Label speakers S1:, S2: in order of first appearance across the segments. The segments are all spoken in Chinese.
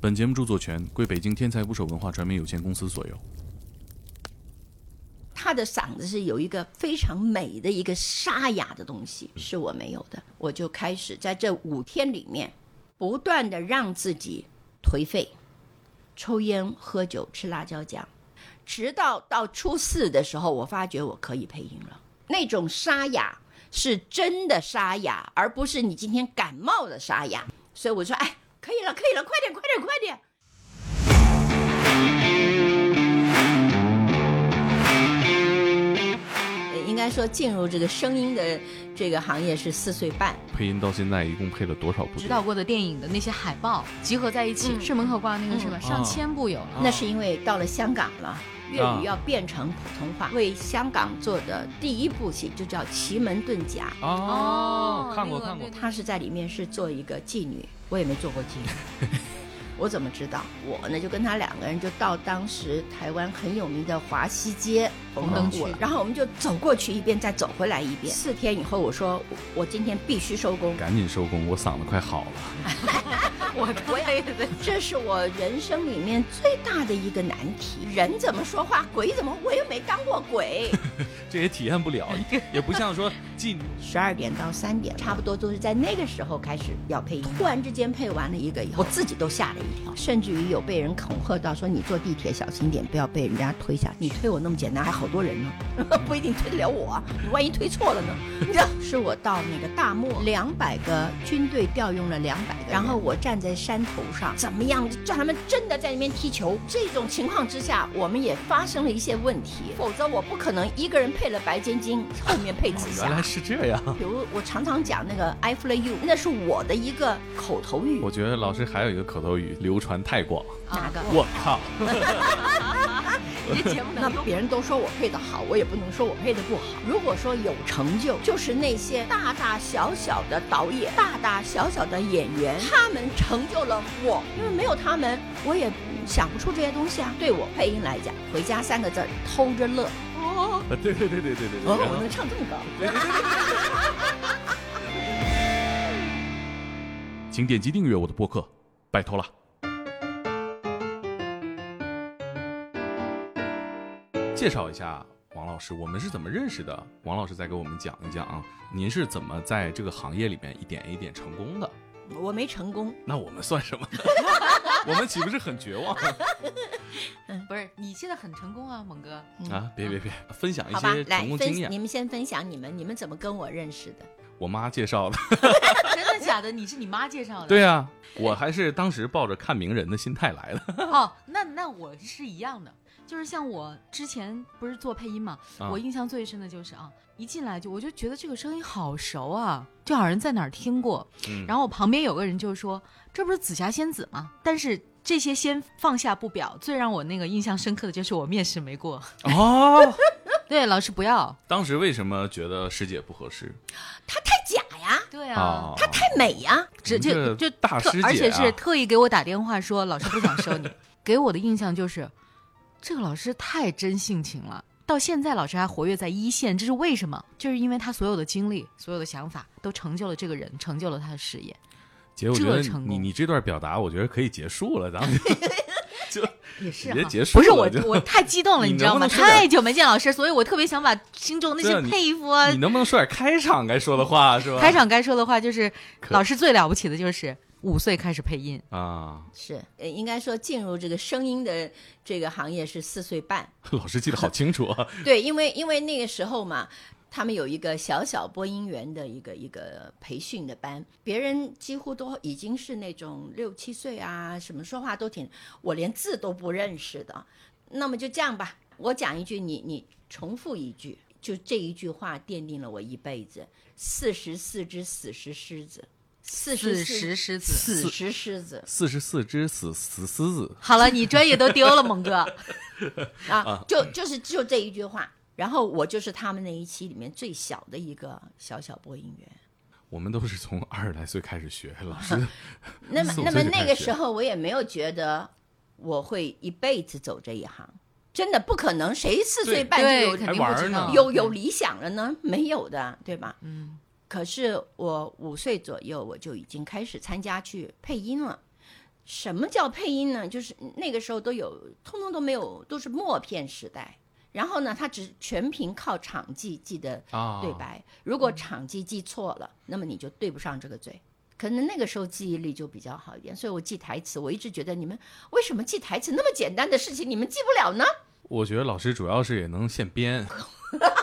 S1: 本节目著作权归北京天才捕手文化传媒有限公司所有。
S2: 他的嗓子是有一个非常美的一个沙哑的东西，是我没有的。我就开始在这五天里面，不断的让自己颓废，抽烟、喝酒、吃辣椒酱，直到到初四的时候，我发觉我可以配音了。那种沙哑是真的沙哑，而不是你今天感冒的沙哑。所以我说，哎，可以了，可以了，快点，快点，快点。呃应该说，进入这个声音的这个行业是四岁半，
S1: 配音到现在一共配了多少部？
S3: 指导过的电影的那些海报集合在一起，是门口挂的那个是吧？
S4: 啊
S3: 上千部有了。
S2: 那是因为到了香港了，粤语要变成普通话。为香港做的第一部戏就叫《奇门遁甲》，
S3: 哦
S4: 啊看过
S3: 那个
S4: 看过
S3: 对
S2: 她是在里面是做一个妓女，我也没做过妓女，我怎么知道？我呢就跟他两个人就到当时台湾很有名的华西街红
S3: 灯区
S2: 我然后我们就走过去一遍，再走回来一遍。四天以后，我说我我今天必须收工，
S1: 赶紧收工，我嗓子快好了。
S2: 我我也这是我人生里面最大的一个难题。人怎么说话，鬼怎么？我又没当过鬼。
S1: 这也体验不了，
S3: 哎
S1: 也不像说进哦
S2: 十二点到三点，差不多都是在那个时候开始要配音。突然之间配完了一个以后，我自己都吓了一跳，甚至于有被人恐吓到说：“你坐地铁小心点，不要被人家推下去。你推我那么简单，还好多人呢， 不一定推得了我。你万一推错了呢？”你知道， 是我到那个大漠，两百个军队调用了两百个人，然后我站在山头上，怎么样叫他们真的在那边踢球？这种情况之下，我们也发生了一些问题，否则我不可能一个人配了白尖精，后面配紫霞。
S1: 原来是这样。
S2: 比如我常常讲那个 “I f l o you”，那是我的一个口头语
S1: 我。觉得老师还有一个口头语流传太广，
S2: 哪个？
S1: 我靠！
S3: 啊 你这节目
S2: 那 别人都说我配的好，我也不能说我配的不好。如果说有成就，就是那些大大小小的导演、大大小小的演员，他们成就了我，因为没有他们，我也想不出这些东西啊。对我配音来讲，回家三个字儿偷着乐。
S1: 对对对对对对对。
S2: 哦，我能唱这么高。
S1: 请点击订阅我的播客，拜托了。介绍一下王老师，我们是怎么认识的？王老师再给我们讲一讲啊，您是怎么在这个行业里面一点一点成功的？
S2: 我没成功，
S1: 那我们算什么呢？ 我们岂不是很绝望啊
S3: 不是你现在很成功啊，猛哥。
S1: 啊？别别别，分享一
S2: 好吧
S1: 些，
S2: 来
S1: 成功
S2: 分
S1: 经，验
S2: 你。们先分享你们，你们怎么跟我认识的？
S1: 我妈介绍的。
S3: 真的假的？你是你妈介绍的？
S1: 对啊，我还是当时抱着看名人的心态来的。
S3: 哦，那那我是一样的，就是像我之前不是做配音嘛，
S1: 啊
S3: 我印象最深的就是啊，一进来就我就觉得这个声音好熟啊，就好像在哪儿听过。
S1: 嗯
S3: 然后我旁边有个人就说：“这不是紫霞仙子吗？”但是这些先放下不表，最让我那个印象深刻的就是我面试没过。
S1: 哦，
S3: 对，老师不要。
S1: 当时为什么觉得师姐不合适
S2: 他太假呀，
S3: 对
S1: 啊
S3: 啊，？
S1: 他
S2: 太美呀。
S3: 这
S1: 您
S3: 这
S1: 这
S3: 这
S1: 大
S3: 特
S1: 师姐
S3: 而且
S1: 啊
S3: 是特意给我打电话说老师不想收你。 给我的印象就是，这个老师太真性情了。到现在，老师还活跃在一线，这是为什么？就是因为他所有的经历、所有的想法，都成就了这个人，成就了他的事业。
S1: 姐，我觉
S3: 这
S1: 得
S3: 成
S1: 你
S3: 功
S1: 你这段表达，我觉得可以结束了，咱们 就就
S3: 也是
S1: 直接
S3: 哈、
S1: 结束
S3: 不
S1: 了。
S3: 是我
S1: 就，
S3: 我太激动 了，
S1: 你
S3: 你知道
S1: 能不
S3: 吗？
S1: 能说点
S3: 太久没见老师，所以我特别想把心中那
S1: 对啊
S3: 些
S1: 你
S3: 佩服、啊
S1: 你、能不能说点开场该说的话是吧？
S3: 开场该说的话，就是
S1: 可
S3: 老师最了不起的就是五岁开始配音，
S1: 啊，
S2: 是，呃，应该说进入这个声音的这个行业是四岁半，
S1: 老师记得好清楚啊。
S2: 对，因为因为那个时候嘛，他们有一个小小播音员的一个一个培训的班，别人几乎都已经是那种六七岁啊，什么说话都挺，我连字都不认识的。那么就这样吧，我讲一句，你你重复一句，就这一句话奠定了我一辈子。四十四只死石狮子，四
S3: 四
S2: 十
S3: 十狮子。
S2: 死石狮子，
S1: 四十四只死死狮子，
S3: 好了，你专业都丢了，猛哥。
S2: 啊，就就是就这一句话。然后我就是他们那一期里面最小的一个小小播音员。
S1: 我们都是从二十来岁开始学，老 师
S2: 那么
S1: 四五
S2: 那
S1: 岁
S2: 么
S1: 就开
S2: 那
S1: 始
S2: 个时候我也没有觉得我会一辈子走这一行，真的不可能，谁四岁半
S3: 对
S2: 就有
S3: 肯
S1: 还
S3: 定
S1: 玩
S3: 不知
S1: 呢
S3: 道
S2: 有有理想了呢？没有的，对吧？嗯。可是我五岁左右我就已经开始参加去配音了。什么叫配音呢？就是那个时候都有，通通都没有，都是默片时代。然后呢，他只全凭靠场记记的
S1: 啊，
S2: 对？白，如果场记记错了，那么你就对不上这个罪。可能那个时候记忆力就比较好一点，所以我记台词，我一直觉得你们为什么记台词那么简单的事情你们记不了呢？
S1: 我觉得老师主要是也能现 编，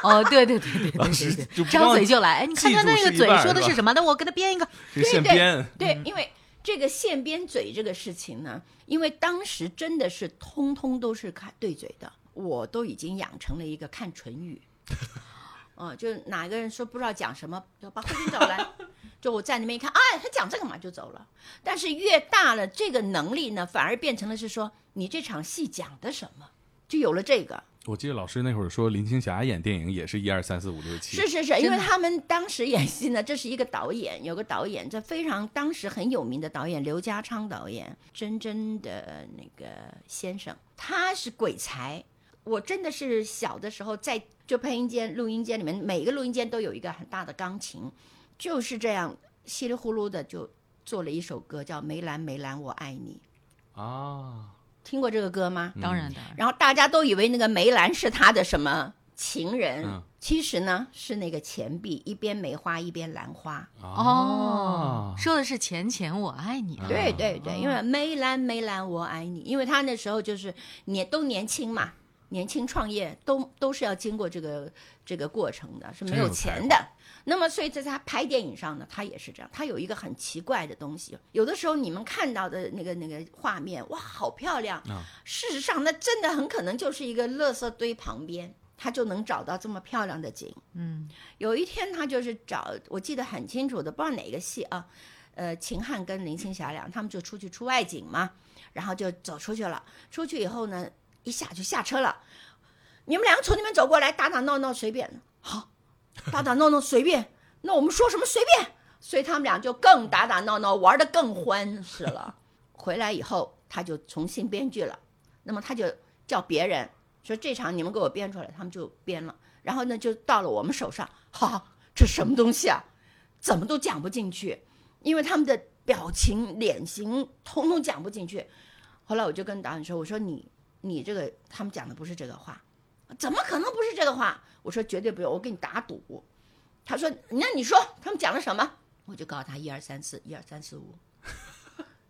S3: 哦，对对对对
S1: 当
S3: 对
S1: 时
S3: 对对
S1: 就，不
S3: 张
S1: 光
S3: 嘴就来。哎，你看
S1: 记
S3: 看
S1: 住
S3: 那个
S1: 是一
S3: 嘴
S1: 半儿
S3: 说的
S1: 是吧
S3: 是什么？那我给他编一个。
S1: 是现
S2: 对
S1: 编。
S2: 对，因为这个现编嘴这个事情呢，因为当时真的是通通都是看对嘴的，我都已经养成了一个看唇语。嗯，就是哪个人说不知道讲什么，就把慧君找来，就我在那边一看，哎，他讲这个嘛，就走了。但是越大了，这个能力呢，反而变成了是说你这场戏讲的什么，就有了这个。
S1: 我记得老师那会儿说，林青霞演电影也是一二三四五六七
S2: 是，是是，
S3: 真
S2: 因为
S3: 的
S2: 他们当时演戏呢，这是一个导演，有个导演，这非常当时很有名的导演刘家昌导演，真真的那个先生，他是鬼才。我真的是小的时候在就配音间、录音间里面，每个录音间都有一个很大的钢琴，就是这样稀里糊涂的就做了一首歌，叫《梅兰梅兰我爱你》。
S1: 啊，
S2: 听过这个歌
S1: 嗯
S2: 吗？
S3: 当然当然，
S2: 然后大家都以为那个梅兰是他的什么情人，
S1: 嗯
S2: 其实呢是那个钱币，一边梅花一边兰花。
S1: 啊哦
S3: 哦，说的是钱钱我爱你。
S1: 啊
S2: 对对对，因为梅兰梅兰我爱你，因为他那时候就是年都年轻嘛，年轻创业都都是要经过这个这个过程的，是没有钱的。那么所以在他拍电影上呢，他也是这样，他有一个很奇怪的东西，有的时候你们看到的那个那个画面，哇，好漂亮，
S1: 啊
S2: 事实上那真的很可能就是一个垃圾堆旁边，他就能找到这么漂亮的景。
S3: 嗯，
S2: 有一天他就是找，我记得很清楚的，不知道哪个戏啊，呃，秦汉跟林青霞俩他们就出去出外景嘛，然后就走出去了。出去以后呢，一下就下车了，你们两个从那边走过来，打打闹闹随便，好，打打闹闹随便，那我们说什么随便，所以他们俩就更打打闹闹，玩的更欢实了。回来以后，他就重新编剧了，那么他就叫别人说这场你们给我编出来，他们就编了。然后呢，就到了我们手上，哈、这什么东西啊？怎么都讲不进去，因为他们的表情、脸型通通讲不进去。后来我就跟导演说：“我说你你这个他们讲的不是这个话，怎么可能不是这个话？”我说：“绝对不是，我跟你打赌。”他说：“那你说他们讲了什么？”我就告诉他一二三四，一二三四五。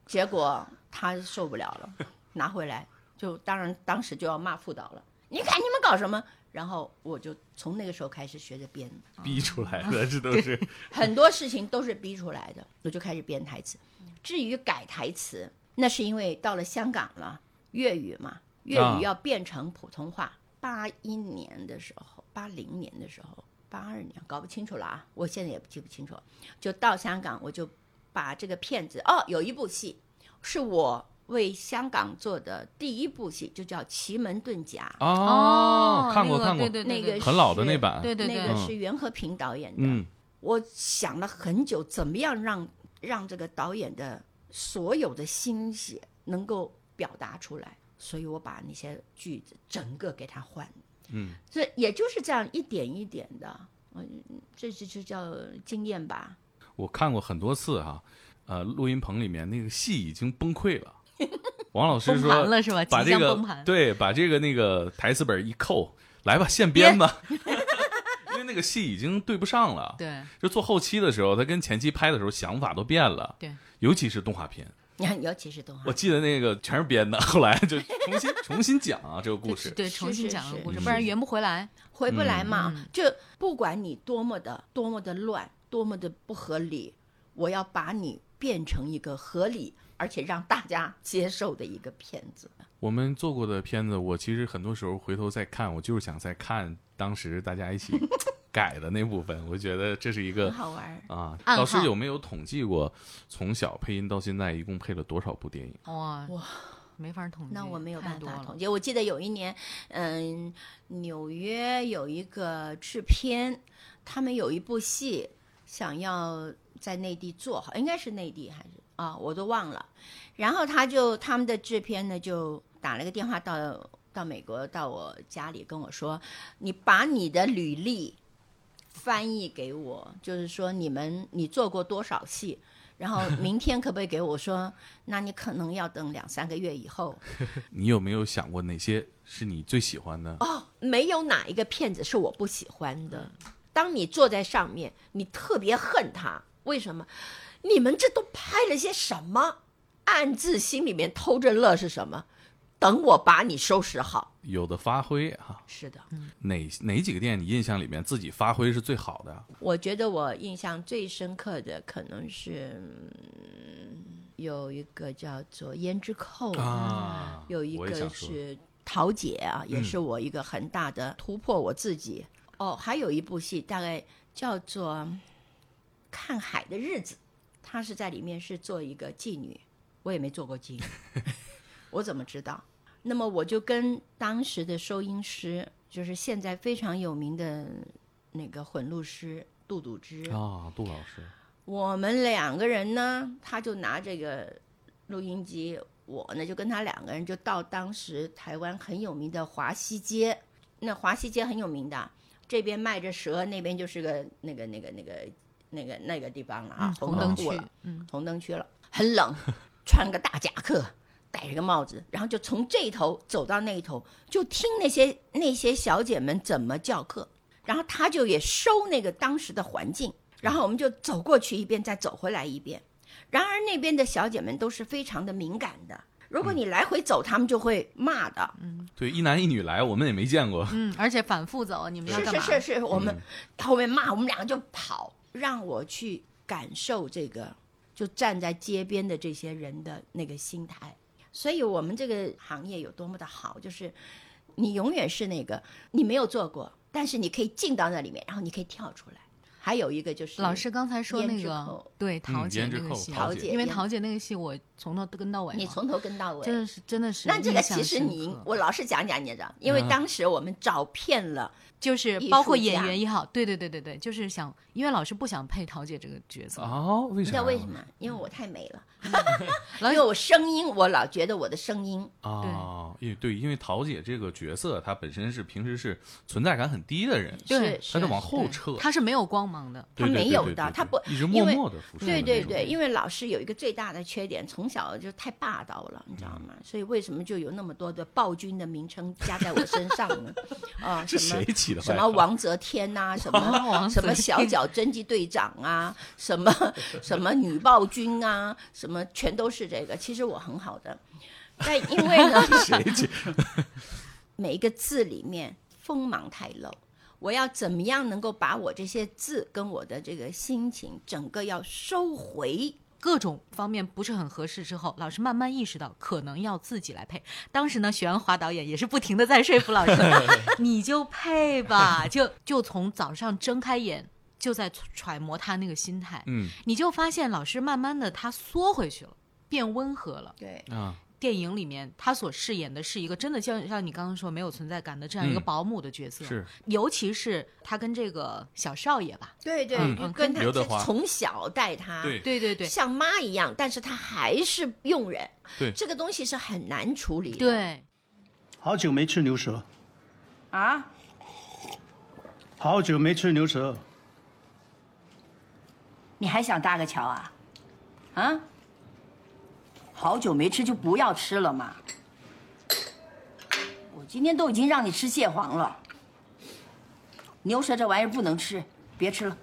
S2: 结果他受不了了，拿回来就当然当时就要骂副导了。你看你们搞什么？然后我就从那个时候开始学着编。
S1: 逼出来的，这都是
S2: 很多事情都是逼出来的，我就开始编台词。至于改台词，那是因为到了香港了，粤语嘛，粤
S1: 啊
S2: 语要变成普通话。八一年的时候，八零年的时候，八二年搞不清楚了啊，我现在也记不清楚。就到香港，我就把这个片子哦，有一部戏是我为香港做的第一部戏，就叫《奇门遁甲》。
S1: 哦，啊看过
S3: 那个
S1: 看过，
S3: 对对
S2: 那
S3: 对对
S2: 个
S1: 很老的
S2: 是
S1: 那版，
S3: 对对
S2: 那
S3: 对
S2: 个
S1: 嗯
S2: 是袁和平导演的。
S1: 嗯，
S2: 我想了很久，怎么样让让这个导演的所有的心血能够表达出来，所以我把那些句子整个给它换。
S1: 嗯，
S2: 这也就是这样一点一点的，嗯，这这就叫经验吧。
S1: 我看过很多次哈、呃，录音棚里面那个戏已经崩溃 了。王老师
S3: 崩
S1: 说
S3: 盘了是吧？即
S1: 把这
S3: 将
S1: 个
S3: 崩盘。
S1: 对，把这个那个台词本一扣，来吧，现编 吧，因为那个戏已经对不上了。
S3: 对
S1: 就做后期的时候，他跟前期拍的时候想法都变了。
S3: 对，
S1: 尤其是动画片，
S2: 你看，尤其是动
S1: 我
S2: 画，
S1: 记得那个全是编的， 后来就重 新重新讲啊这个故事。嗯
S3: 对，
S2: 是
S3: 重新
S2: 是
S3: 讲个
S2: 是
S3: 故事，不然圆不回来。
S2: 回不来嘛。
S3: 嗯
S2: 就不管你多么的多么的乱，多么的不合理，我要把你变成一个合理而且让大家接受的一个片子。
S1: 我们做过的片子，我其实很多时候回头再看，我就是想再看当时大家一 起改的那部分，我觉得这是一个
S2: 很好玩儿。
S1: 啊，
S3: 暗
S1: 老师
S3: 号
S1: 有没有统计过从小配音到现在一共配了多少部电影？
S3: 哇
S2: 哇，
S3: 没法统计，
S2: 那我没有
S3: 太
S2: 办
S3: 多
S2: 法
S3: 了
S2: 统。计。我记得有一年，嗯，纽约有一个制片，他们有一部戏想要在内地做，好应该是内地还是啊，我都忘了。然后他就他们的制片呢就打了个电话到到美国到我家里跟我说，你把你的履历翻译给我，就是说你们你做过多少戏。然后明天可不可以给我说？那你可能要等两三个月以后。
S1: 你有没有想过哪些是你最喜欢的？
S4: 哦，没有哪一个骗子是我不喜欢的。当你坐在上面，你特别恨他，为什么？你们这都拍了些什么？暗自心里面偷着乐是什么？等我把你收拾好。
S1: 有的发挥啊，
S4: 是的，
S1: 哪哪几个店你印象里面自己发挥是最好的？
S2: 我觉得我印象最深刻的可能是、嗯有一个叫做胭脂扣，
S1: 啊，
S2: 有一
S1: 我也
S2: 个
S1: 想说
S2: 是桃姐啊，也
S1: 嗯
S2: 是我一个很大的突破我自己。哦，还有一部戏大概叫做《看海的日子》，她是在里面是做一个妓女，我也没做过妓 女，我怎么知道？那么我就跟当时的收音师，就是现在非常有名的那个混录师杜笃之
S1: 啊，杜老师，
S2: 我们两个人呢，他就拿这个录音机，我呢就跟他两个人就到当时台湾很有名的华西街，那华西街很有名的，这边卖着蛇，那边就是个那个那个那个那个那个地方了啊
S3: 嗯，红
S1: 灯
S2: 灯
S3: 区
S2: 了，
S3: 嗯，
S2: 红灯区了，很冷，穿个大夹克，戴着个帽子，然后就从这一头走到那一头，就听那些那些小姐们怎么叫客，然后他就也收那个当时的环境，然后我们就走过去一遍，再走回来一遍。然而那边的小姐们都是非常的敏感的，如果你来回走，她们就会骂的。
S1: 对，一男一女来，我们也没见过。
S3: 嗯，而且反复走，你们要
S2: 是
S3: 干
S2: 是
S3: 嘛？嗯
S2: 是是，我们、后面骂，我们两个就跑，让我去感受这个，就站在街边的这些人的那个心态。所以我们这个行业有多么的好，就是你永远是那个你没有做过，但是你可以进到那里面，然后你可以跳出来。还有一个就是
S3: 老师，刚才说
S2: 胭
S3: 那
S2: 脂
S3: 个
S2: 扣
S3: 对
S1: 嗯
S3: 桃姐
S1: 胭脂
S3: 那个
S1: 扣
S3: 戏，
S1: 桃
S2: 桃姐姐
S3: 因为桃姐那个戏我从头跟到尾嘛，
S2: 你从头跟到尾，
S3: 真的是真的哎是
S2: 那这个
S3: 印象
S2: 其实
S3: 深
S2: 你
S3: 刻
S2: 我老是讲讲你知道，因为
S1: 嗯
S2: 当时我们找遍了，
S3: 就是
S2: 艺
S3: 包
S2: 术
S3: 括演
S2: 家
S3: 员也好，对对对对对，就是想因为老师不想配桃姐这个角色，
S1: 哦，为
S2: 你
S1: 啥
S2: 知
S1: 呀？
S2: 道为什么？因为我太美了，
S3: 老
S2: 因为我声音，我老觉得我的声音
S1: 啊，因为对，因为桃姐这个角色，她本身是平时是存在感很低的人，
S3: 对
S2: 是
S1: 她
S2: 是
S1: 是往后撤，
S3: 她是没有光芒的，
S1: 对
S2: 她
S1: 对
S2: 没
S1: 对
S2: 有
S1: 对
S2: 的
S1: 对
S2: 她
S1: 对
S2: 不
S1: 一直
S2: 因
S1: 默
S2: 为
S1: 默的服侍
S2: 对
S1: 的
S2: 对
S1: 那
S2: 对，
S1: 种
S2: 因为老师有一个最大的缺点，从小就太霸道了，你知道吗？所以为什么就有那么多的暴君的名称加在我身上呢？啊，
S1: 是
S2: 什么
S1: 谁起的
S2: 什
S1: 外
S2: 么
S1: 号？
S2: 王泽天呐、什么
S3: 王
S2: 什
S3: 泽
S2: 么
S3: 天
S2: 小脚侦缉队长啊，什么什么女暴君啊，什么全都是这个。其实我很好的，但因为呢，
S1: 谁 起？
S2: 每一个字里面锋芒太露。我要怎么样能够把我这些字跟我的这个心情整个要收回？
S3: 各种方面不是很合适之后，老师慢慢意识到可能要自己来配。当时呢，许鞍华导演也是不停的在说服 老师，你就配吧，就就从早上睁开眼就在揣摩他那个心态，
S1: 嗯
S3: 你就发现老师慢慢的他缩回去了，变温和了。
S2: 对，
S1: 啊，
S3: 电影里面他所饰演的是一个真的像像你刚刚说没有存在感的这样一个
S1: 嗯
S3: 保姆的角色，
S1: 是
S3: 尤其是他跟这个小少爷吧，
S2: 对对，
S1: 嗯
S2: 就跟他
S1: 刘德华
S2: 从小带他，
S1: 对
S3: 对对对
S2: 像妈一样，但是他还是佣人，
S1: 对
S2: 这个东西是很难处理的。
S3: 对，
S5: 好久没吃牛舌，
S6: 啊，
S5: 好久没吃牛舌，
S6: 你还想搭个桥啊？啊？好久没吃就不要吃了嘛。我今天都已经让你吃蟹黄了，牛舌这玩意儿不能吃，别吃了。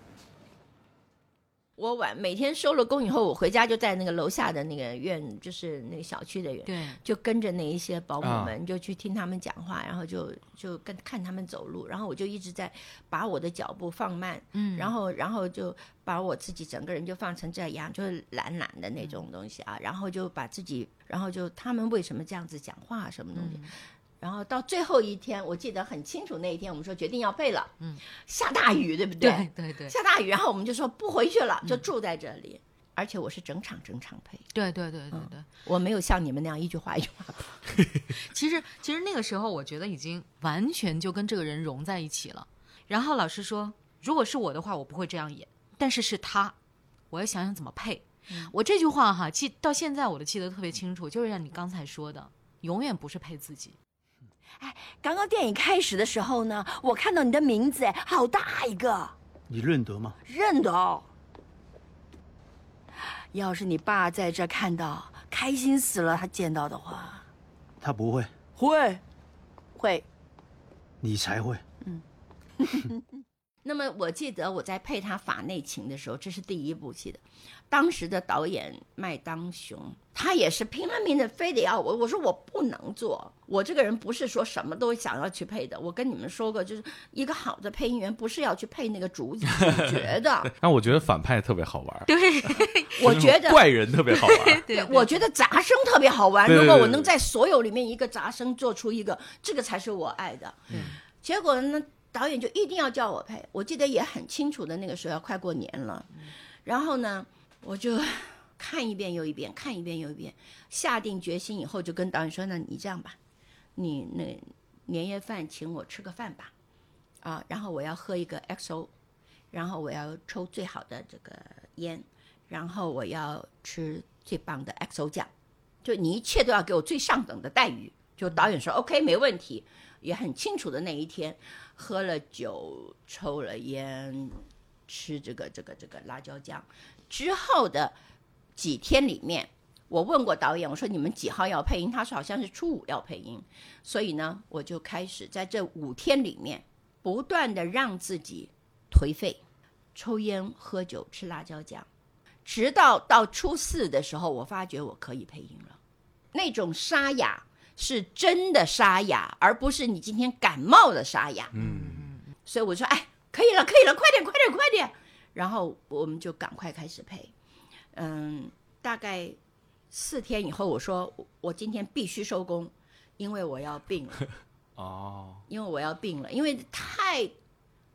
S2: 我晚每天收了工以后，我回家就在那个楼下的那个院，就是那个小区的院，
S3: 对
S2: 就跟着那一些保姆
S1: 啊
S2: 们，就去听他们讲话，然后就就跟看他们走路，然后我就一直在把我的脚步放慢，嗯，然后然后就把我自己整个人就放成这样，就是懒懒的那种东西啊，然后就把自己，然后就他们为什么这样子讲话什么东西。然后到最后一天，我记得很清楚，那一天我们说决定要背了，嗯，下大雨，对不
S3: 对对对
S2: 下大雨，然后我们就说不回去了，就住在这里。而且我是整场整场配，
S3: 对对对对对。
S2: 我没有像你们那样一句话一句话配。
S3: 其实其实那个时候，我觉得已经完全就跟这个人融在一起了。然后老师说，如果是我的话，我不会这样演，但是是他，我要想想怎么配。我这句话哈，记到现在我都记得特别清楚，就是像你刚才说的，永远不是配自己。
S6: 刚刚电影开始的时候呢，我看到你的名字，哎，好大一个，
S5: 你认得吗？
S6: 认得哦。要是你爸在这看到，开心死了，他见到的话，
S5: 他不会，
S6: 会，会，
S5: 你才会。
S2: 那么我记得我在配他《法内情》的时候，这是第一部戏的，当时的导演麦当雄，他也是拼了命的，非得要我。我说我不能做，我这个人不是说什么都想要去配的。我跟你们说过，就是一个好的配音员不是要去配那个主主角的。
S1: 但我觉得反派特别好玩儿，
S3: 对
S2: 我觉
S1: 就是
S2: 得
S1: 怪人特别好玩儿。
S3: 对，对
S2: 我觉得杂声特别好玩。
S1: 对对
S2: 如果我
S1: 对对
S2: 能在所有里面一个杂声做出一个，这个才是我爱的。
S1: 嗯
S2: 结果呢，导演就一定要叫我配。我记得也很清楚的，那个时候要快过年了，
S1: 嗯
S2: 然后呢，我就看一遍又一遍，看一遍又一遍，下定决心以后，就跟导演说：“那你这样吧，你那年夜饭请我吃个饭吧，啊，然后我要喝一个 XO，然后我要抽最好的这个烟，然后我要吃最棒的 XO 酱，就你一切都要给我最上等的待遇。”就导演说 OK 没问题，也很清楚的那一天，喝了酒，抽了烟，吃这个这个这个辣椒酱之后的几天里面，我问过导演，我说你们几号要配音？他说好像是初五要配音，所以呢，我就开始在这五天里面不断的让自己颓废，抽烟、喝酒、吃辣椒酱，直到到初四的时候，我发觉我可以配音了，那种沙哑。是真的沙哑，而不是你今天感冒的沙哑。
S1: 嗯，
S2: 所以我说，哎，可以了，可以了，快点，快点，快点。然后我们就赶快开始配，嗯，大概四天以后，我说我我今天必须收工，因为我要病了，
S1: 哦，
S2: 因为我要病了，因为太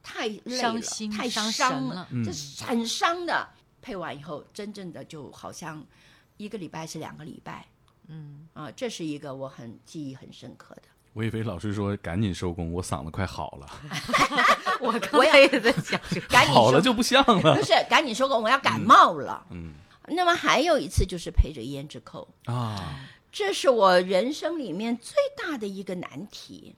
S2: 太累了，
S3: 伤心
S2: 太
S3: 伤
S2: 伤
S3: 神
S2: 了
S3: 了，
S1: 嗯
S2: 这是很伤的。配完以后，真正的就好像一个礼拜是两个礼拜，嗯啊，这是一个我很记忆很深刻的。
S1: 我以为老师说赶紧收工，我嗓子快好了，
S3: 我刚才也在想这 个，
S2: 赶 紧
S1: 好
S2: 收
S1: 了就不像了
S2: 不是，赶紧说过我要感冒了。
S1: 嗯
S2: 那么还有一次就是陪着胭脂扣，
S1: 啊。
S2: 这是我人生里面最大的一个难题，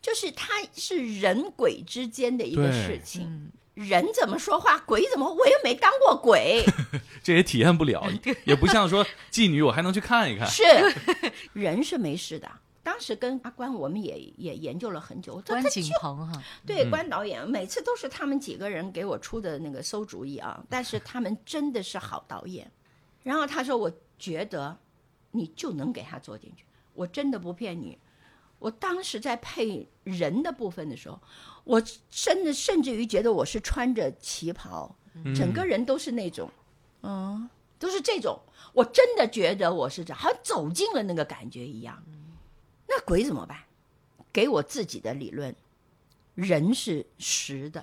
S2: 就是它是人鬼之间的一个
S1: 对
S2: 事情。人怎么说话，鬼怎么？我又没当过鬼，
S1: 这也体验不了，也不像说妓女，我还能去看一看。
S2: 哎是人是没事的。当时跟阿关，我们也也研究了很久。我说
S3: 关
S2: 他
S3: 锦鹏哈，
S2: 对关导演，每次都是他们几个人给我出的那个馊主意啊， 但是他们真的是好导演。然后他说：“我觉得你就能给他做进去，我真的不骗你。”我当时在配人的部分的时候，我真的甚至于觉得我是穿着旗袍，嗯整个人都是那种，嗯，都是这种。我真的觉得我是这样，好像走进了那个感觉一样。那鬼怎么办？给我自己的理论，人是实的，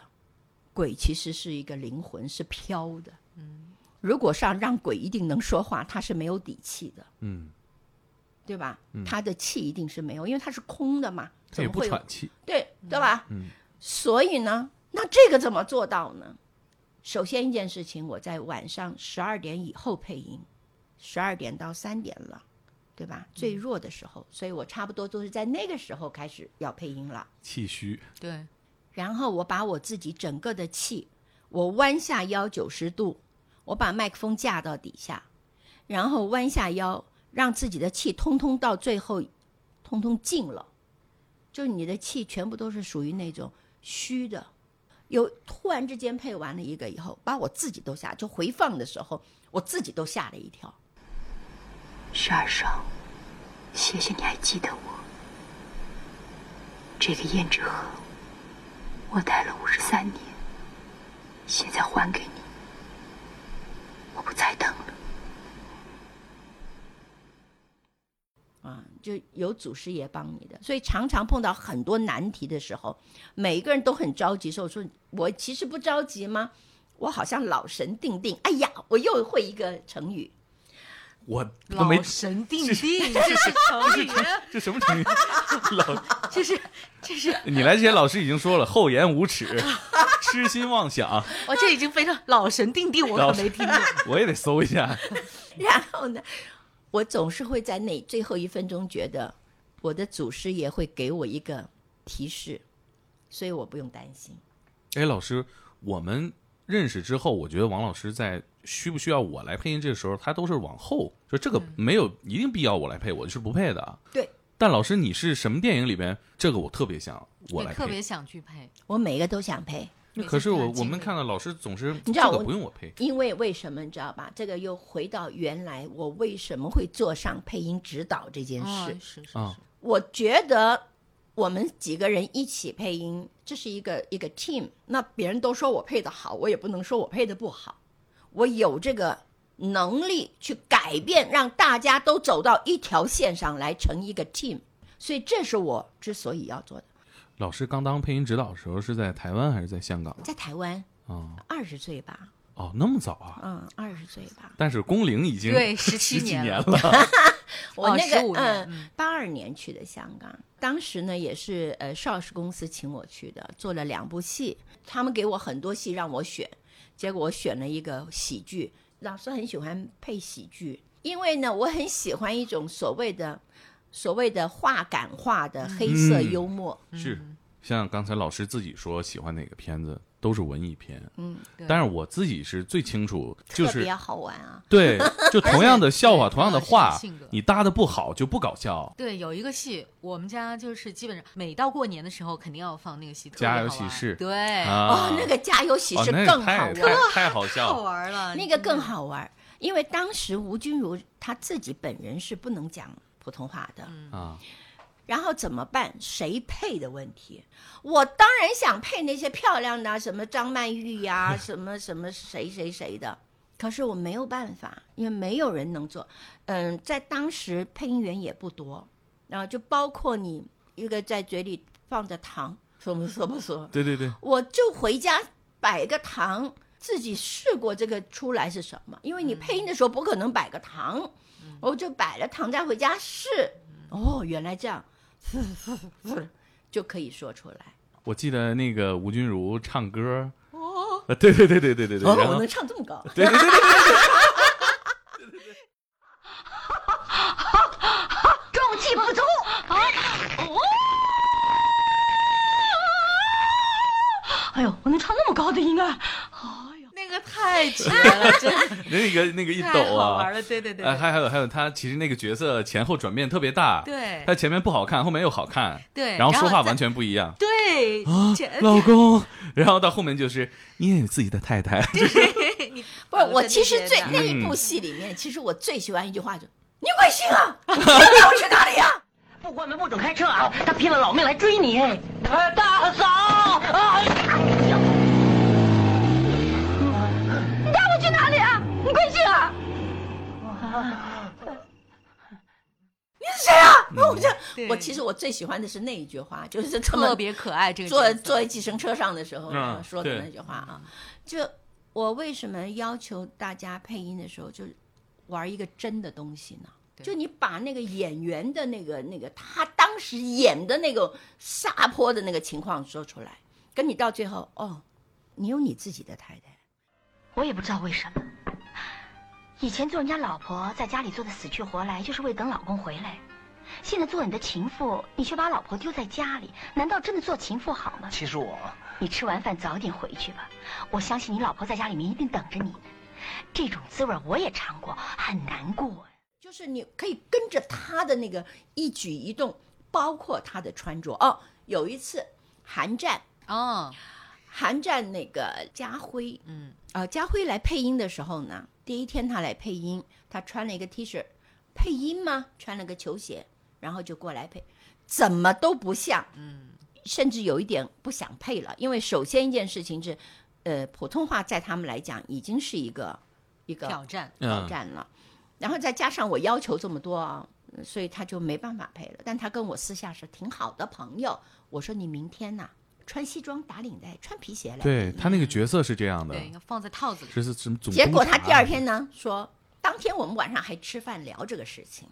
S2: 鬼其实是一个灵魂，是飘的。嗯，如果上让鬼一定能说话，他是没有底气的，
S1: 嗯，
S2: 对吧？他的气一定是没有，因为他是空的嘛，
S1: 他
S2: 怎
S1: 也
S2: 么
S1: 不
S2: 会有
S1: 喘气。
S2: 对对吧？
S1: 嗯
S2: 所以呢，那这个怎么做到呢？首先一件事情，我在晚上十二点以后配音，十二点到三点了，对吧？最弱的时候，所以我差不多都是在那个时候开始要配音了。
S1: 气虚，
S3: 对，
S2: 然后我把我自己整个的气，我弯下腰九十度，我把麦克风架到底下，然后弯下腰，让自己的气通通到最后，通通尽了，就你的气全部都是属于那种虚的。有突然之间配完了一个以后，把我自己都吓，就回放的时候，我自己都吓了一跳。
S7: 十二少，谢谢你还记得我。这个胭脂盒，我戴了五十三年，现在还给你。我不再等了。
S2: 啊，就有祖师爷帮你的。所以常常碰到很多难题的时候，每一个人都很着急。说我说我其实不着急吗？我好像老神定定。哎呀，我又会一个成语，
S1: 我都没
S3: 老神定
S1: 这是
S3: 定，这是成语，啊
S1: 这什么成语？老，
S3: 这是这是，
S1: 你来之前老师已经说了，厚颜无耻，痴心妄想，
S3: 我这已经非常老神定定，我
S1: 老
S3: 可
S1: 神
S3: 没听过。
S1: 我也得搜一下。
S2: 然后呢，我总是会在那最后一分钟觉得我的祖师爷会给我一个提示，所以我不用担心。
S1: 哎，老师，我们认识之后，我觉得王老师在需不需要我来配音这个时候，他都是往后，就这个没有一定必要我来配，我是不配的。
S4: 对，
S1: 但老师，你是什么电影里边？这个我特别想我
S3: 你
S1: 来
S3: 特别
S1: 配。
S3: 想去配。
S2: 我每一个都想配，
S3: 每次
S1: 可是
S3: 看到
S1: 我我
S3: 经
S1: 们
S3: 历
S1: 看到老师总是
S2: 你知道
S1: 这个
S2: 我
S1: 不用我配，
S2: 因为为什么你知道吧？这个又回到原来我为什么会做上配音指导这件
S3: 哦
S2: 事。
S3: 是是
S1: 啊
S3: 是
S2: 我觉得我们几个人一起配音，这是一个一个 team。那别人都说我配的好，我也不能说我配的不好。我有这个能力去改变，让大家都走到一条线上来，成一个 team。所以这是我之所以要做的。
S1: 老师刚当配音指导的时候是在台湾还是在香港
S2: 在台湾，
S1: 啊？
S2: 二十岁吧，
S1: 哦，那么早啊！
S2: 嗯，二十岁吧。
S1: 但是工龄已经
S3: 对
S1: 十
S3: 17
S1: 几
S3: 年
S1: 年
S3: 了
S1: 了，
S2: 我那个、
S3: 15年
S2: 嗯，八二年去的香港，当时呢也是呃邵氏公司请我去的，做了两部戏，他们给我很多戏让我选，结果我选了一个喜剧。老师很喜欢配喜剧，因为呢我很喜欢一种所谓的所谓的话感化的黑色
S1: 嗯
S2: 幽默。
S3: 嗯
S1: 是像刚才老师自己说喜欢哪个片子都是文艺片，嗯
S3: 对
S1: 但是我自己是最清楚，就
S2: 特
S1: 是
S2: 别好玩啊！
S1: 对， 就同样的笑话，
S3: 对
S1: 同样的
S3: 同样的
S1: 话
S3: 性格，
S1: 你搭的不好就不搞 笑。
S3: 对，有一个戏，我们家就是基本上每到过年的时候，肯定要放那个戏，特别
S1: 家有
S3: 好
S1: 喜
S3: 玩
S1: 事
S3: 对，
S1: 啊
S2: 哦，那个家有喜
S1: 哦
S2: 事
S1: 那
S2: 更好
S1: 太
S2: 玩，
S1: 太太好笑
S3: 好
S1: 了。
S3: 玩了，
S2: 那个
S3: 真的
S2: 更好玩，因为当时吴君如她自己本人是不能讲普通话的，
S1: 啊！
S2: 然后怎么办？谁配的问题？我当然想配那些漂亮的啊，什么张曼玉呀、什么什么谁谁谁的。可是我没有办法，因为没有人能做。嗯，在当时配音员也不多，然后就包括你一个在嘴里放着糖，什么什么什么，
S1: 对对对，
S2: 我就回家摆个糖，自己试过这个出来是什么，因为你配音的时候不可能摆个糖，我就摆了糖再回家试，哦，原来这样， 就可以说出来。
S1: 我记得那个吴君如唱歌，哦，对对对对对对对，
S2: 哦，
S1: 然
S2: 我
S1: 后
S2: 能唱这么高，
S1: 对对对对，
S7: 重气不足啊！哦，哎呦，我能唱那么高的音啊！
S3: 那个太绝了，真的
S1: 那个那个一
S3: 太
S1: 抖
S3: 好
S1: 啊
S3: 玩，了，对对对
S1: 哎，
S3: 对
S1: 还还有还有，他其实那个角色前后转变特别大，
S3: 对
S1: 他前面不好看，后面又好看，
S3: 对
S1: 然后
S3: 然
S1: 说
S3: 后
S1: 话
S3: 再
S1: 完全不一样。
S3: 对，这
S1: 啊老公，然后到后面就是你也有自己的太 太，
S3: 你
S2: 不是我其实最
S3: 搞得
S2: 那
S3: 跟
S2: 一部戏里面，其实我最喜欢一句话就“你鬼信啊，你带我去哪里啊呀、
S7: 不关门不准开车啊！他拼了老命来追你。大嫂，哎呀！你带我去哪里啊？你贵姓啊？
S2: 你是谁啊？”那我就
S3: 对
S2: 我其实我最喜欢的是那一句话，就是这么
S3: 特别可爱，这个
S2: 坐
S3: 角色
S2: 坐在计程车上的时候、
S1: 嗯
S2: 说的
S1: 对
S2: 那句话啊，就我为什么要求大家配音的时候就玩一个真的东西呢？
S3: 对
S2: 就你把那个演员的那个那个他当时演的那个撒泼的那个情况说出来，跟你到最后哦，你有你自己的太太，
S7: 我也不知道为什么，以前做人家老婆，在家里做的死去活来，就是为等老公回来。现在做你的情妇，你却把老婆丢在家里，难道真的做情妇好吗？
S5: 其实我
S7: 你吃完饭早点回去吧，我相信你老婆在家里面一定等着你。这种滋味我也尝过，很难过。
S2: 就是你可以跟着他的那个一举一动，包括他的穿着哦。有一次韩战，
S3: 哦，
S2: 韩战那个家辉，
S3: 嗯，
S2: 呃，家辉来配音的时候呢，第一天他来配音，他穿了一个 T 恤，配音吗？穿了个球鞋，然后就过来配，怎么都不像，嗯，甚至有一点不想配了，因为首先一件事情是，呃，普通话在他们来讲已经是一个一个
S3: 挑战
S2: 挑
S1: 嗯
S2: 战了，然后再加上我要求这么多啊，嗯所以他就没办法配了。但他跟我私下是挺好的朋友，我说你明天呐、穿西装打领带，穿皮鞋来。
S1: 对他那个角色是这样的，
S3: 对，应该放在套子里，
S1: 嗯这是什么总？
S2: 结果他第二天呢说，当天我们晚上还吃饭聊这个事情，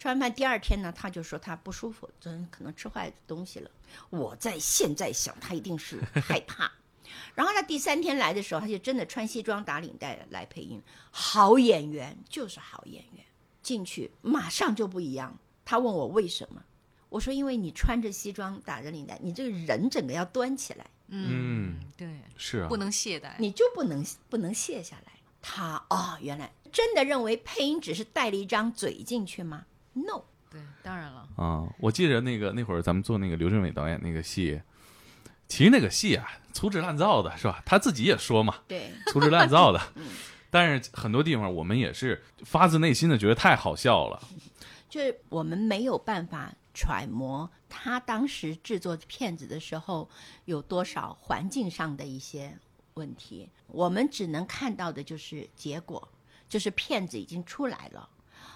S2: 吃完饭第二天呢，他就说他不舒服，昨天可能吃坏东西了。我在现在想，他一定是害怕。 然后他第三天来的时候，他就真的穿西装打领带来配音，好演员就是好演员。进去马上就不一样。他问我为什么，我说因为你穿着西装打着领带，你这个人整个要端起来，
S1: 嗯，
S3: 对，
S1: 是啊，
S3: 不能懈怠。
S2: 你就不能不能卸下来。他哦，原来真的认为配音只是带了一张嘴进去吗？No，
S3: 对，当然了，
S1: 啊、我记着那个那会儿咱们做那个刘镇伟导演那个戏，其实那个戏啊粗制滥造的是吧？他自己也说 嘛，
S2: 对，
S1: 粗制滥 造的。
S2: 嗯
S1: 但是很多地方我们也是发自内心的觉得太好笑了，
S2: 就是我们没有办法揣摩他当时制作片子的时候有多少环境上的一些问题，我们只能看到的就是结果，就是片子已经出来了。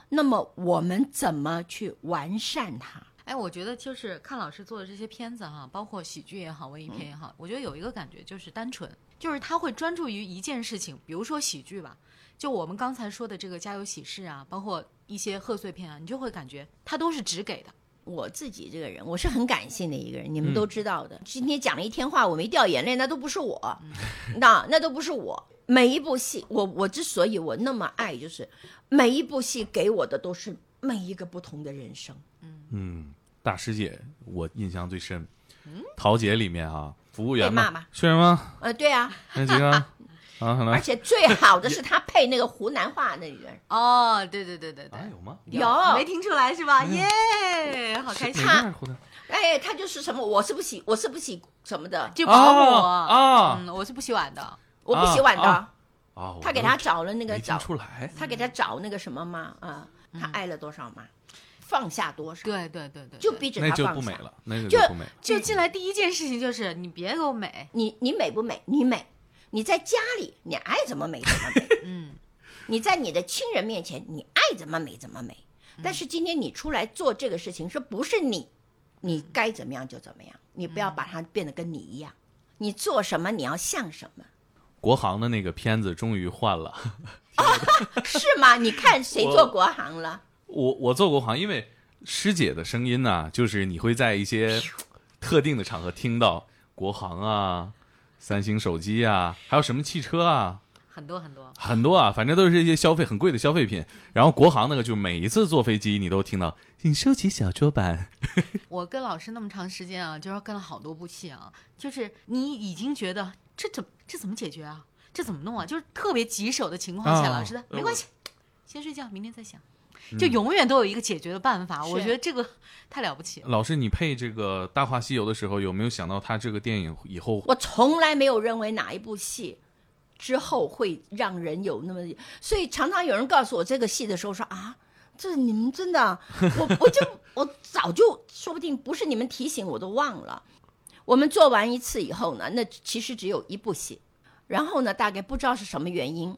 S2: 那么我们怎么去完善它？
S3: 哎，我觉得就是看老师做的这些片子哈，包括喜剧也好，文艺片也好，我觉得有一个感觉就是单纯，就是他会专注于一件事情，比如说喜剧吧，就我们刚才说的这个《家有喜事》啊，包括一些贺岁片啊，你就会感觉他都是只给的。
S2: 我自己这个人，我是很感性的一个人，你
S1: 嗯
S2: 们都知道的。今天讲了一天话，我没掉眼泪，那都不是我，
S1: 嗯
S2: 那那都不是我。每一部戏，我我之所以我那么爱，就是每一部戏给我的都是每一个不同的人生。
S1: 嗯，大师姐，我印象最深，桃姐里面啊，服务员
S2: 嗯被
S1: 嘛，
S2: 骂吧
S1: 是吗？
S2: 呃，对啊，
S1: 那几个啊，可能
S2: 而且最 好的是他配那个湖南话那人，
S3: 哦，对对对对对，
S1: 啊有吗？
S2: 哎有
S3: 没听出来是吧？耶、好开心
S1: 哪！边儿湖南？
S2: 哎，他就是什么，我是不洗，我是不洗什么的，
S3: 这保姆
S1: 啊
S3: 嗯，我是不洗碗的。
S2: 我不洗碗的。
S1: 啊啊啊，
S2: 他给他找了那
S1: 那
S2: 个找
S1: 出嗯来，
S2: 他给他找那个什么嘛啊，他爱了多少嘛，放下多少，
S3: 对对对对，
S2: 就
S3: 对嗯
S2: 逼着
S1: 那
S2: 他
S1: 就
S2: 放
S1: 不美
S2: 下。
S1: 了，那个
S2: 就
S1: 不美了。
S3: 就进来第一件事情就是你别给我美，
S2: 你你美不美？你美，你在家里你爱怎么美怎么美，
S3: 嗯，
S2: 你在你的亲人面前你爱怎么美怎么美。但是今天你出来做这个事情，说不是你，你该怎么样就怎么样，你不要把它变得跟你一样。你做什么你要像什么，
S1: 国航的那个片子终于换了，
S2: 是吗？你看谁
S1: 我
S2: 做国航了？
S1: 我我做国航，因为师姐的声音呢、就是你会在一些特定的场合听到国航啊、三星手机啊，还有什么汽车啊，
S3: 很多很多，
S1: 很多啊，反正都是一些消费很贵的消费品。然后国航那个，就每一次坐飞机你都听到，请收起小桌板。
S3: 我跟老师那么长时间啊，就是跟了好多部戏啊，就是你已经觉得这怎么这怎么解决啊？这怎么弄啊？就是特别棘手的情况下，
S1: 啊
S3: 老师的
S1: 呃嗯
S3: 没关系，先睡觉，明天再想，就永远都有一个解决的办法。我觉得这个太了不起了。
S1: 老师，你配这个《大话西游》的时候，有没有想到他这个电影以后
S2: 我从来没有认为哪一部戏之后会让人有那么，所以常常有人告诉我这个戏的时候说啊，这你们真的，我我就我早就说不定不是你们提醒我都忘了。我们做完一次以后呢，那其实只有一部戏，然后呢，大概不知道是什么原因，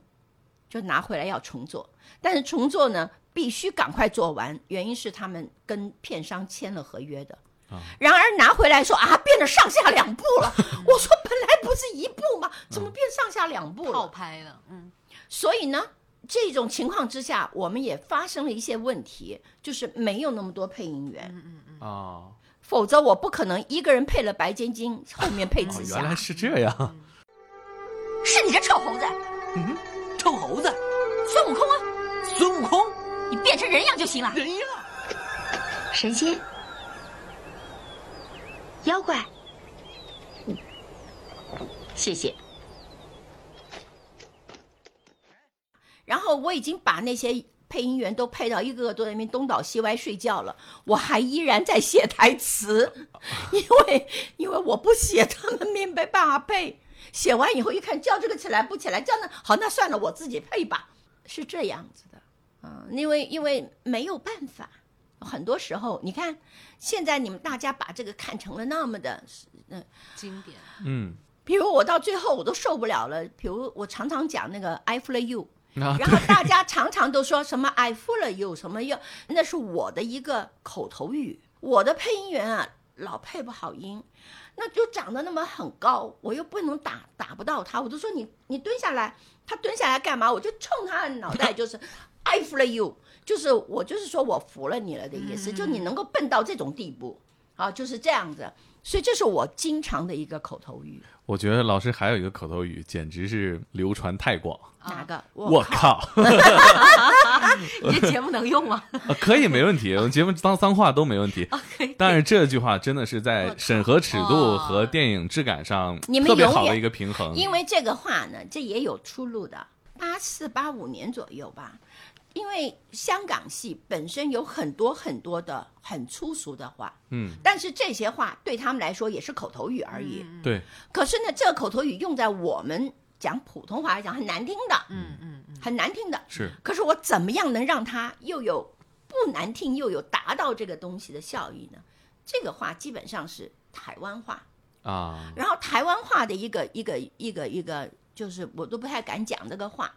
S2: 就拿回来要重做，但是重做呢必须赶快做完，原因是他们跟片商签了合约的。
S1: 啊
S2: 然而拿回来说啊，变得上下两部 了。我说本来不是一部吗？
S1: 嗯
S2: 怎么变上下两部
S3: 套
S2: 呃了？
S3: 拍的，嗯，
S2: 所以呢，这种情况之下，我们也发生了一些问题，就是没有那么多配音员，
S1: 啊？
S2: 否则我不可能一个人配了白晶晶，后面配
S1: 哦
S2: 紫，
S1: 原来
S2: 霞。
S1: 是这样，
S7: 是你这臭猴子，
S8: 臭猴子，
S7: 孙悟空啊！
S8: 孙悟空，
S7: 你变成人样就行 了。
S8: 人呀！
S7: 神仙、妖怪，谢谢。
S2: 然后我已经把那些配音员都配到一个个都在那边东倒西歪睡觉了，我还依然在写台词，因为因为我不写，他们没办法配。写完以后一看，叫这个起来不起来，叫那好，那算了，我自己配吧，是这样子的，嗯，因为因为没有办法，很多时候你看，现在你们大家把这个看成了那么的，嗯、
S3: 经典。
S1: 嗯
S2: 比如我到最后我都受不了了，比如我常常讲那个 I feel you，
S1: 啊，
S2: 然后大家常常都说什么 “I fool e you” 什么又，那是我的一个口头语。我的配音员啊，老配不好音，那就长得那么很高，我又不能打打不到他，我就说你你蹲下来，他蹲下来干嘛？我就冲他的脑袋就是哎 “I fool e you”，就是我就是说我服了你了的意思，就你能够笨到这种地步。啊，就是这样子。所以这是我经常的一个口头语。
S1: 我觉得老师还有一个口头语，简直是流传太广。
S2: 哪
S3: 啊
S2: 个？
S1: 我靠，
S3: 你 这节目能用吗？
S1: 啊可以没问 题，我们节目当脏话都没问
S2: 哦
S1: 题。但是这句话真的是在审核尺度和电影质感上
S2: 你们
S1: 特别
S2: 永
S1: 好的
S2: 远
S1: 一个平衡。
S2: 因为这个话呢，这也有出路的。八四八五年左右吧，因为香港戏本身有很多很多的很粗俗的话，
S1: 嗯，
S2: 但是这些话对他们来说也是口头语而已。
S3: 嗯
S1: 对，
S2: 可是呢，这个口头语用在我们讲普通话来讲很难听的，
S3: 嗯嗯嗯，
S2: 很难听的。
S1: 是
S2: 可是我怎么样能让它又有不难听又有达到这个东西的效益呢？这个话基本上是台湾话，嗯
S1: 啊，
S2: 然后台湾话的一个一个一个一个，就是我都不太敢讲这个话，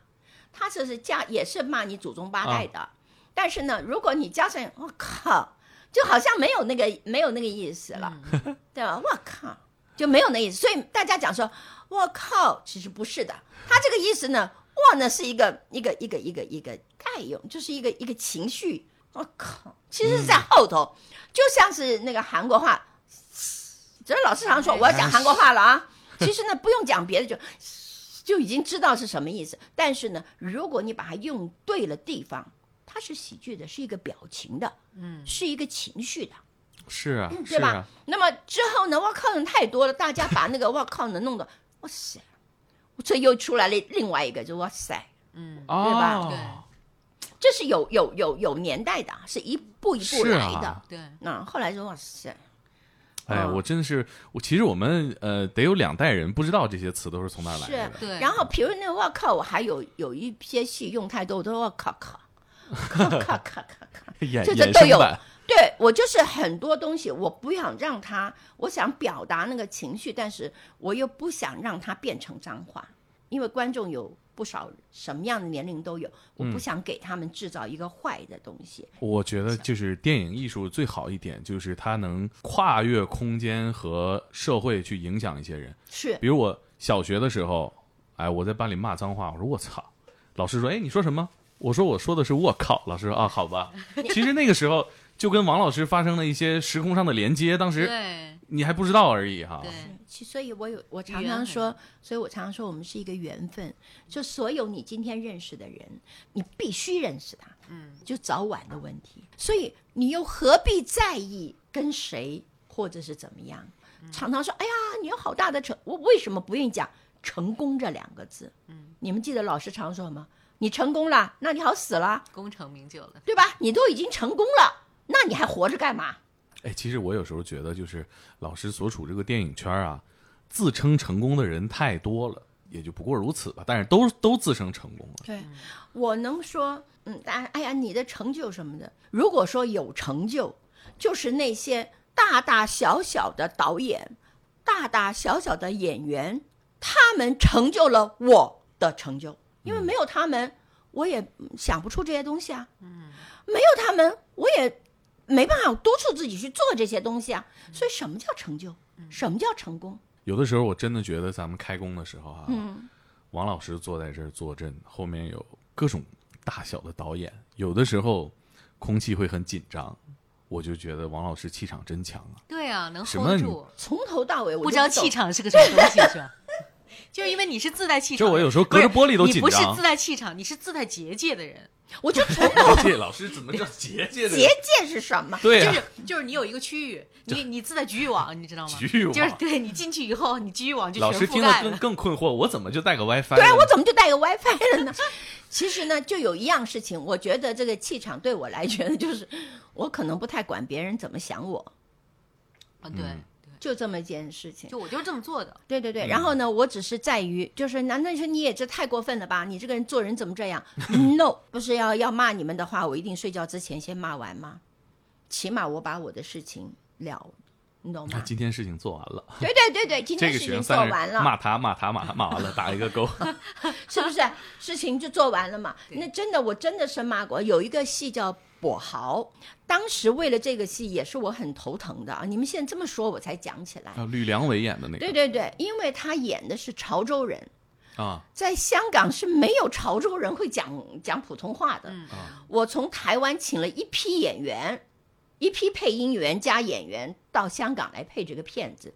S2: 他这是加也是骂你祖宗八代的，但是呢，如果你加上我靠，就好像没有那个没有那个意思了， 对吧？我靠就没有那意思，所以大家讲说我靠，其实不是的，他这个意思呢，我呢是一个一个一个一个一个概用，就是一个一个情绪。我靠，其实是在后头，就像是那个韩国话，只是老师常说我要讲韩国话了啊。 其实呢，不用讲别的，就 就已经知道是什么意思。但是呢，如果你把它用对了地方，它是喜剧的，是一个表情的，嗯，是一个情绪的，
S1: 是啊，是
S2: 嗯对吧？
S1: 啊，
S2: 那么之后呢，我靠人太多了，大家把那个我靠呢弄得 哇塞，所以又出来了另外一个，就哇塞，对吧
S1: 哦
S3: 对
S2: 这是有有有有年代的啊，是一步一步
S1: 是
S2: 来
S1: 啊
S2: 的。
S3: 对，
S2: 那、后来就哇塞，
S1: 哎，
S2: 嗯
S1: 我真的是，我其实我们呃得有两代人不知道这些词都是从哪儿来
S2: 是
S1: 的。，
S3: 对
S2: 然后比如那我靠，我还有有一些戏用太多，我都我靠靠，靠靠靠靠靠，
S1: 衍
S2: 这这
S1: 衍
S2: 都
S1: 生
S2: 有
S1: 版，
S2: 对我就是很多东西，我不想让他，我想表达那个情绪，但是我又不想让它变成脏话，因为观众有不少什么样的年龄都有，我不想给他们制造一个坏的东西。
S1: 我觉得就是电影艺术最好一点，就是它能跨越空间和社会去影响一些人。
S2: 是
S1: 比如我小学的时候，哎，我在班里骂脏话，我说我操，老师说，哎，你说什么？我说我说的是我靠，老师说啊，好 吧。其实那个时候就跟王老师发生了一些时空上的连接，当时
S3: 对
S1: 你还不知道而已哈。
S3: 对，
S2: 其所以我有我常
S3: 缘
S2: 常
S3: 很
S2: 说，所以我常常说，我们是一个缘分。就所有你今天认识的人，你必须认识他，嗯，就早晚的问题。所以你又何必在意跟谁或者是怎么样？常常说，哎呀，你有好大的成，我为什么不愿意讲成功这两个字？嗯，你们记得老师常说什么？你成功了，那你好死了，
S3: 功成名就了。
S2: 对吧？你都已经成功了，那你还活着干嘛？
S1: 哎，其实我有时候觉得，就是老师所处这个电影圈啊，自称成功的人太多了，也就不过如此吧。但是都都自称成功了，
S2: 对，我能说，嗯，大家，哎呀，你的成就什么的，如果说有成就，就是那些大大小小的导演、大大小小的演员，他们成就了我的成就，因为没有他们，我也想不出这些东西啊，嗯，没有他们，我也没办法督促自己去做这些东西啊，所以什么叫成就？什么叫成功？
S1: 有的时候我真的觉得咱们开工的时候啊，
S2: 嗯
S1: 王老师坐在这儿坐镇，后面有各种大小的导演，有的时候空气会很紧张，我就觉得王老师气场真强啊。
S3: 对啊，能
S1: 什么
S3: hold
S1: 你
S3: 住，
S2: 从头到尾我就
S3: 不知道
S2: 懂
S3: 气场是个什么东西，是吧？ 就是因为你是自带气场的，
S1: 这我有时候隔着
S3: 不是
S1: 玻璃都紧
S3: 你不是
S1: 张
S3: 自带气场，你是自带结界的人，
S2: 我就从头
S1: 结界 老师怎么叫结界的人
S2: 结界是什么？
S1: 对
S3: 就
S1: 啊
S3: 是，就是你有一个区域，你你自带局域网，你知道吗？
S1: 局域网
S3: 就是对你进去以后，你局域网就
S1: 老
S3: 全
S1: 师
S3: 覆
S1: 听了
S3: 盖
S1: 更
S3: 了。
S1: 更困惑，我怎么就带个 WiFi？
S2: 对啊，
S1: 了
S2: 我
S1: 呢
S2: 怎么就带个 WiFi 了呢？ 其实呢，就有一样事情，我觉得这个气场对我来觉得就是，我可能不太管别人怎么想我，
S3: 啊对
S1: 嗯
S3: 对，
S2: 就这么一件事情。
S3: 就我就是这么做的。
S2: 对对对，然后呢，我只是在于，就是难道说你也这太过分了吧？你这个人做人怎么这样 ？No，不是要要骂你们的话，我一定睡觉之前先骂完吗？起码我把我的事情了，你懂
S1: 那
S2: 吗？
S1: 今天事情做完了，
S2: 对对对对，今
S1: 啊这
S2: 天
S1: 个
S2: 事
S1: 学生
S2: 情做
S1: 算是
S2: 完了，
S1: 骂他骂他骂他骂完了，打一个 勾。
S2: 是不是？事情就做完了嘛？那真的，我真的是骂过。有一个戏叫《跛豪》，当时为了这个戏也是我很头疼的啊。你们现在这么说，我才讲起来。
S1: 啊，吕良伟演的那个，
S2: 对对对，因为他演的是潮州人，
S1: 啊，
S2: 在香港是没有潮州人会讲讲普通话的。我从台湾请了一批演员，一批配音员加演员到香港来配这个片子。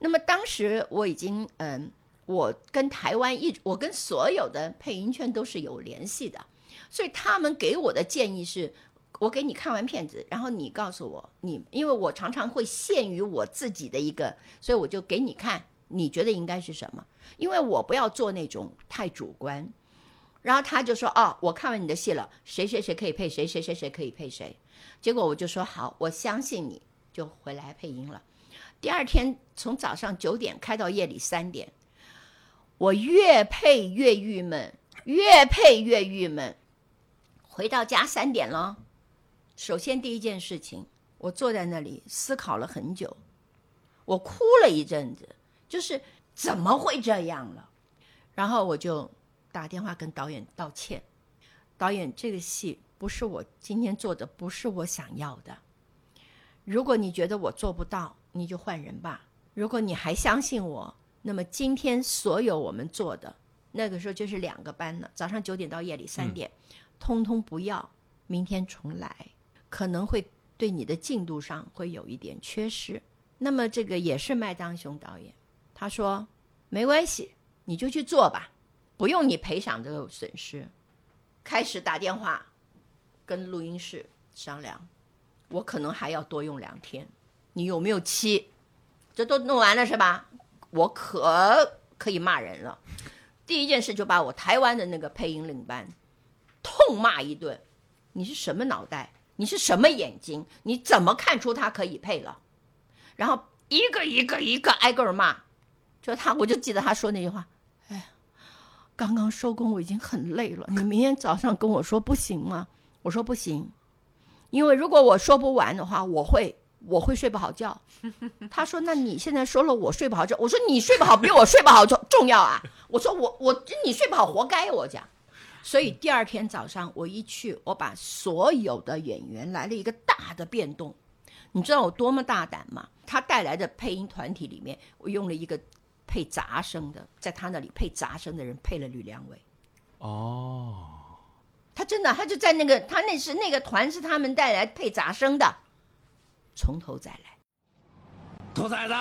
S2: 那么当时我已经嗯，我跟台湾一，我跟所有的配音圈都是有联系的，所以他们给我的建议是。我给你看完片子，然后你告诉我，你因为我常常会限于我自己的一个，所以我就给你看，你觉得应该是什么？因为我不要做那种太主观。然后他就说：“哦，我看完你的戏了，谁谁谁可以配谁，谁谁谁可以配谁。”结果我就说：“好，我相信你，就回来配音了。”第二天从早上九点开到夜里三点，我越配越郁闷，越配越郁闷。回到家三点了，首先第一件事情，我坐在那里思考了很久，我哭了一阵子，就是怎么会这样了？然后我就打电话跟导演道歉，导演，这个戏不是我今天做的，不是我想要的。如果你觉得我做不到，你就换人吧。如果你还相信我，那么今天所有我们做的，那个时候就是两个班了，早上九点到夜里三点，通通不要，明天重来，可能会对你的进度上会有一点缺失。那么这个也是麦当雄导演，他说没关系，你就去做吧，不用你赔偿这个损失。开始打电话跟录音室商量，我可能还要多用两天，你有没有期？这都弄完了是吧？我可可以骂人了。第一件事就把我台湾的那个配音领班痛骂一顿，你是什么脑袋？你是什么眼睛？你怎么看出他可以配了？然后一个一个一个挨个儿骂，就他，我就记得他说那句话：“哎，刚刚收工，我已经很累了，你明天早上跟我说不行吗？”我说不行，因为如果我说不完的话，我会我会睡不好觉。他说：“那你现在说了我睡不好觉。”我说：“你睡不好比我睡不好重重要啊！”我说我：“我你睡不好活该。”我讲。所以第二天早上我一去，我把所有的演员来了一个大的变动。你知道我多么大胆吗？他带来的配音团体里面，我用了一个配杂声的，在他那里配杂声的人配了吕良伟。
S1: 哦，
S2: 他真的，他就在那个，他那是那个团是他们带来配杂声的，从头再来。
S8: 兔崽子，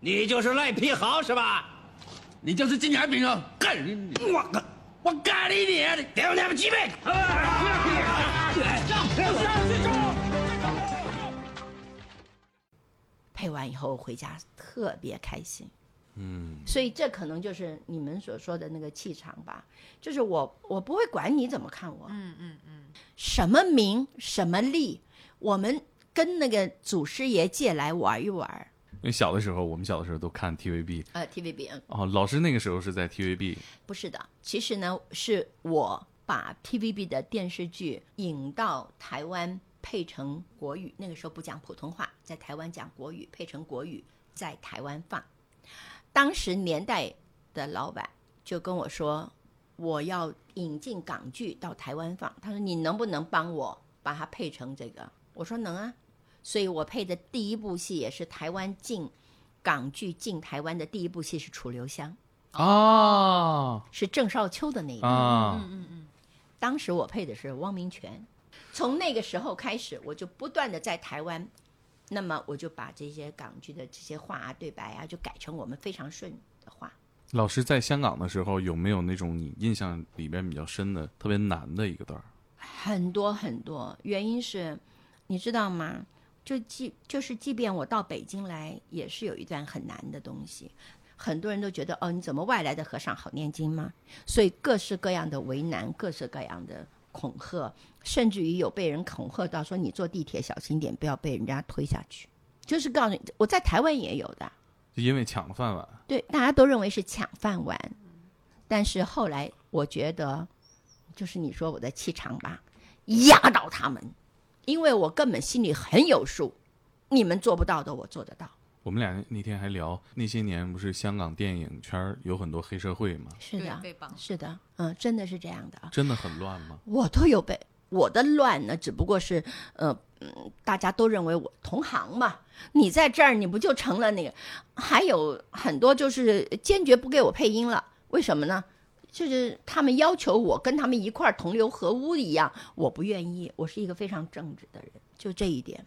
S8: 你就是赖皮豪是吧？你就是金牙饼啊！干你！哎我干我干你啊你！给我两个鸡背！
S2: 配完以后回家特别开心。嗯，所以这可能就是你们所说的那个气场吧，就是我我不会管你怎么看我，嗯嗯嗯，什么名什么利，我们跟那个祖师爷借来玩一玩。
S1: 因为小的时候，我们小的时候都看 TVB
S2: 呃，TVB 嗯
S1: 哦，老师那个时候是在 TVB
S2: 不是的，其实呢，是我把 TVB 的电视剧引到台湾，配成国语。那个时候不讲普通话，在台湾讲国语，配成国语，在台湾放。当时年代的老板就跟我说，我要引进港剧到台湾放，他说你能不能帮我把它配成这个？我说能啊，所以我配的第一部戏也是台湾进港剧进台湾的第一部戏是《楚留香》。
S1: 啊
S2: 是郑少秋的那一部。
S1: 啊，
S2: 当时我配的是汪明荃。从那个时候开始，我就不断的在台湾，那么我就把这些港剧的这些话啊、对白啊，就改成我们非常顺的话。
S1: 老师在香港的时候有没有那种你印象里边比较深的、特别难的一个段儿？
S2: 很多很多，原因是，你知道吗？就即就是，即便我到北京来，也是有一段很难的东西。很多人都觉得，哦，你怎么外来的和尚好念经吗？所以各式各样的为难，各式各样的恐吓，甚至于有被人恐吓到说，你坐地铁小心点，不要被人家推下去。就是告诉你，我在台湾也有的，
S1: 就因为抢了饭碗，
S2: 对，大家都认为是抢饭碗，但是后来我觉得，就是你说我的气场吧，压倒他们，因为我根本心里很有数，你们做不到的我做得到，
S1: 我们俩那天还聊，那些年不是香港电影圈儿有很多黑社会吗？
S2: 是的，
S3: 对被绑
S2: 是的，嗯，真的是这样的啊。
S1: 真的很乱吗？
S2: 我都有被我的乱呢，只不过是呃，嗯，大家都认为我同行嘛，你在这儿你不就成了那个？还有很多就是坚决不给我配音了，为什么呢？就是他们要求我跟他们一块儿同流合污一样，我不愿意。我是一个非常正直的人，就这一点。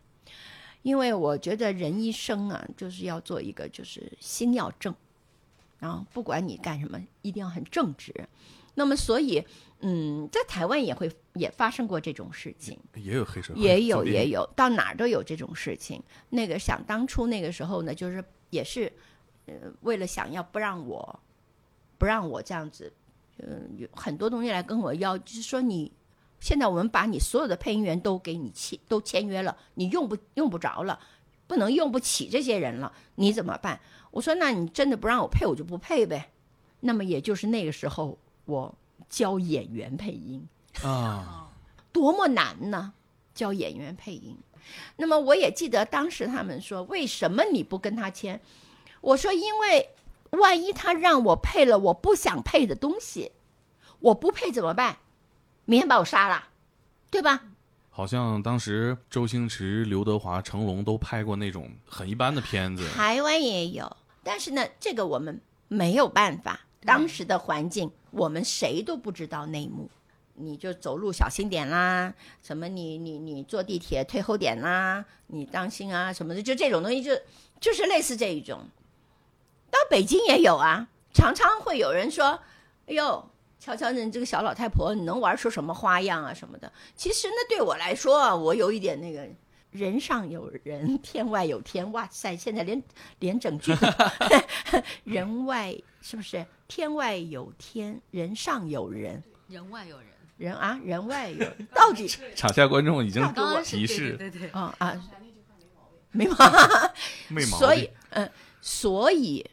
S2: 因为我觉得人一生啊，就是要做一个，就是心要正，然后不管你干什么，一定要很正直。那么，所以，嗯，在台湾也会也发生过这种事情。
S1: 也有黑社会，
S2: 也有
S1: 这
S2: 也
S1: 边
S2: 有，到哪儿都有这种事情。那个想当初那个时候呢，就是也是，呃，为了想要不让我，不让我这样子，嗯、有很多东西来跟我要，就是说你现在我们把你所有的配音员都给你签都签约了，你用不用不着了，不能用不起这些人了，你怎么办？我说那你真的不让我配，我就不配呗。那么也就是那个时候，我教演员配音。
S1: 啊，
S2: 多么难呢？教演员配音。那么我也记得当时他们说，为什么你不跟他签？我说，因为万一他让我配了我不想配的东西，我不配怎么办？明天把我杀了，对吧？
S1: 好像当时周星驰、刘德华、成龙都拍过那种很一般的片子，
S2: 台湾也有，但是呢，这个我们没有办法。当时的环境，我们谁都不知道内幕。你就走路小心点啦，什么你你你坐地铁退后点啦，你当心啊什么的，就这种东西就就是类似这一种。到北京也有啊，常常会有人说：“哎呦，瞧瞧你这个小老太婆，你能玩出什么花样啊什么的。”其实呢，对我来说啊，我有一点那个人上有人， 天外有天。哇塞，现在连连整 句都人外是不是天外有天，人上有人，
S3: 人外有人，
S2: 人啊人外 有人，到底
S1: 场下观众已经
S3: 刚刚是
S1: 提示哦
S3: 对对对对，
S2: 啊啊，没毛病。
S1: 没毛
S2: 所
S1: 病
S2: 以。，嗯、所以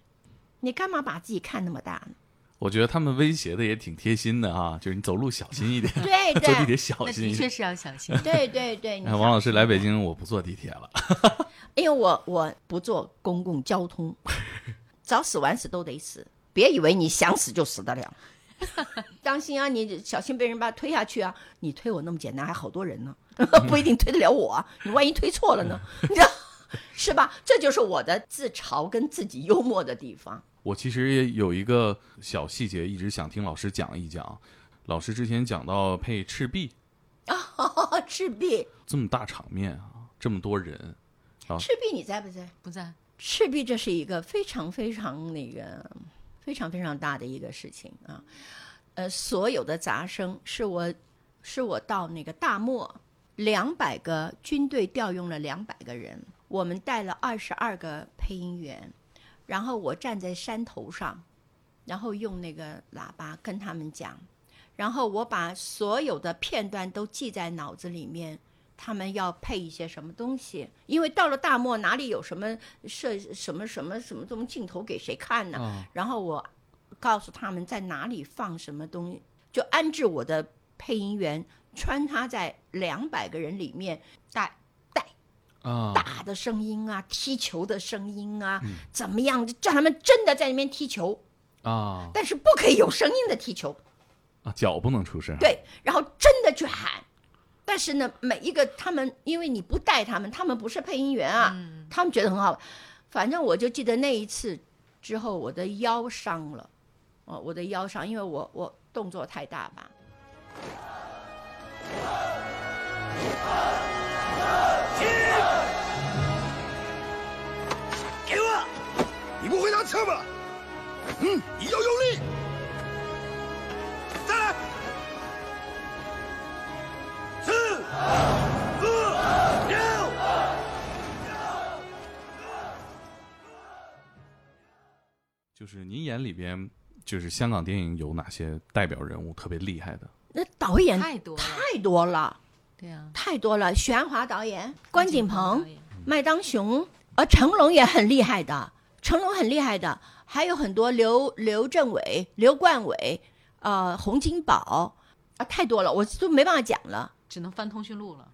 S2: 你干嘛把自己看那么大 呢？
S1: 我觉得他们威胁的也挺贴心的啊，就是你走路小心一 点，
S2: 对
S1: 坐地
S2: 对
S1: 铁小
S3: 那
S1: 心
S3: 的
S1: 一
S3: 确
S1: 点。
S3: 是要小心。
S2: 对对对，你
S1: 哎，王老师来北京，我不坐地铁了。
S2: 因为我我不坐公共交通，早死晚死都得死。别以为你想死就死得了， 当心啊！你小心被人把推下去啊！你推我那么简单，还好多人呢， 不一定推得了我啊。你万一推错了呢？你知道是吧？这就是我的自嘲跟自己幽默的地方。
S1: 我其实也有一个小细节，一直想听老师讲一讲。老师之前讲到配赤壁
S2: 哦赤壁，
S1: 这么大场面啊，这么多人，
S2: 赤壁你在不在？
S3: 不在，
S2: 赤壁这是一个非常非常那个非常非常大的一个事情啊，呃，所有的杂声是我是我到那个大漠，两百个军队调用了两百个人，我们带了二十二个配音员，然后我站在山头上，然后用那个喇叭跟他们讲，然后我把所有的片段都记在脑子里面，他们要配一些什么东西，因为到了大漠哪里有什么摄什么什么什么东西镜头给谁看呢？
S1: 啊
S2: 然后我告诉他们在哪里放什么东西，就安置我的配音员穿插在两百个人里面带。带
S1: 啊，
S2: 打的声音啊，踢球的声音啊，怎么样？叫他们真的在那边踢球，
S1: 啊
S2: 但是不可以有声音的踢球。
S1: 啊，脚不能出声。，
S2: 对，然后真的去喊。但是呢，每一个他们，因为你不带他们，他们不是配音员啊，
S3: 嗯
S2: 他们觉得很好。反正我就记得那一次之后，我的腰伤了，哦，我的腰伤，因为我我动作太大吧。
S8: 给我！你不会拿枪吧？嗯，你要用力。再来。四、五、六。
S1: 就是您眼里边，就是香港电影有哪些代表人物特别厉害的？
S2: 那导演
S3: 太多了
S2: 太多了，
S3: 对啊，
S2: 太多了。许鞍华导演、嗯关锦鹏
S3: 导、演
S2: 麦当雄，呃，成龙也很厉害的，成龙很厉害的，还有很多刘刘镇伟、刘冠伟，呃，洪金宝，啊，太多了，我都没办法讲了。
S3: 只能翻通讯录了。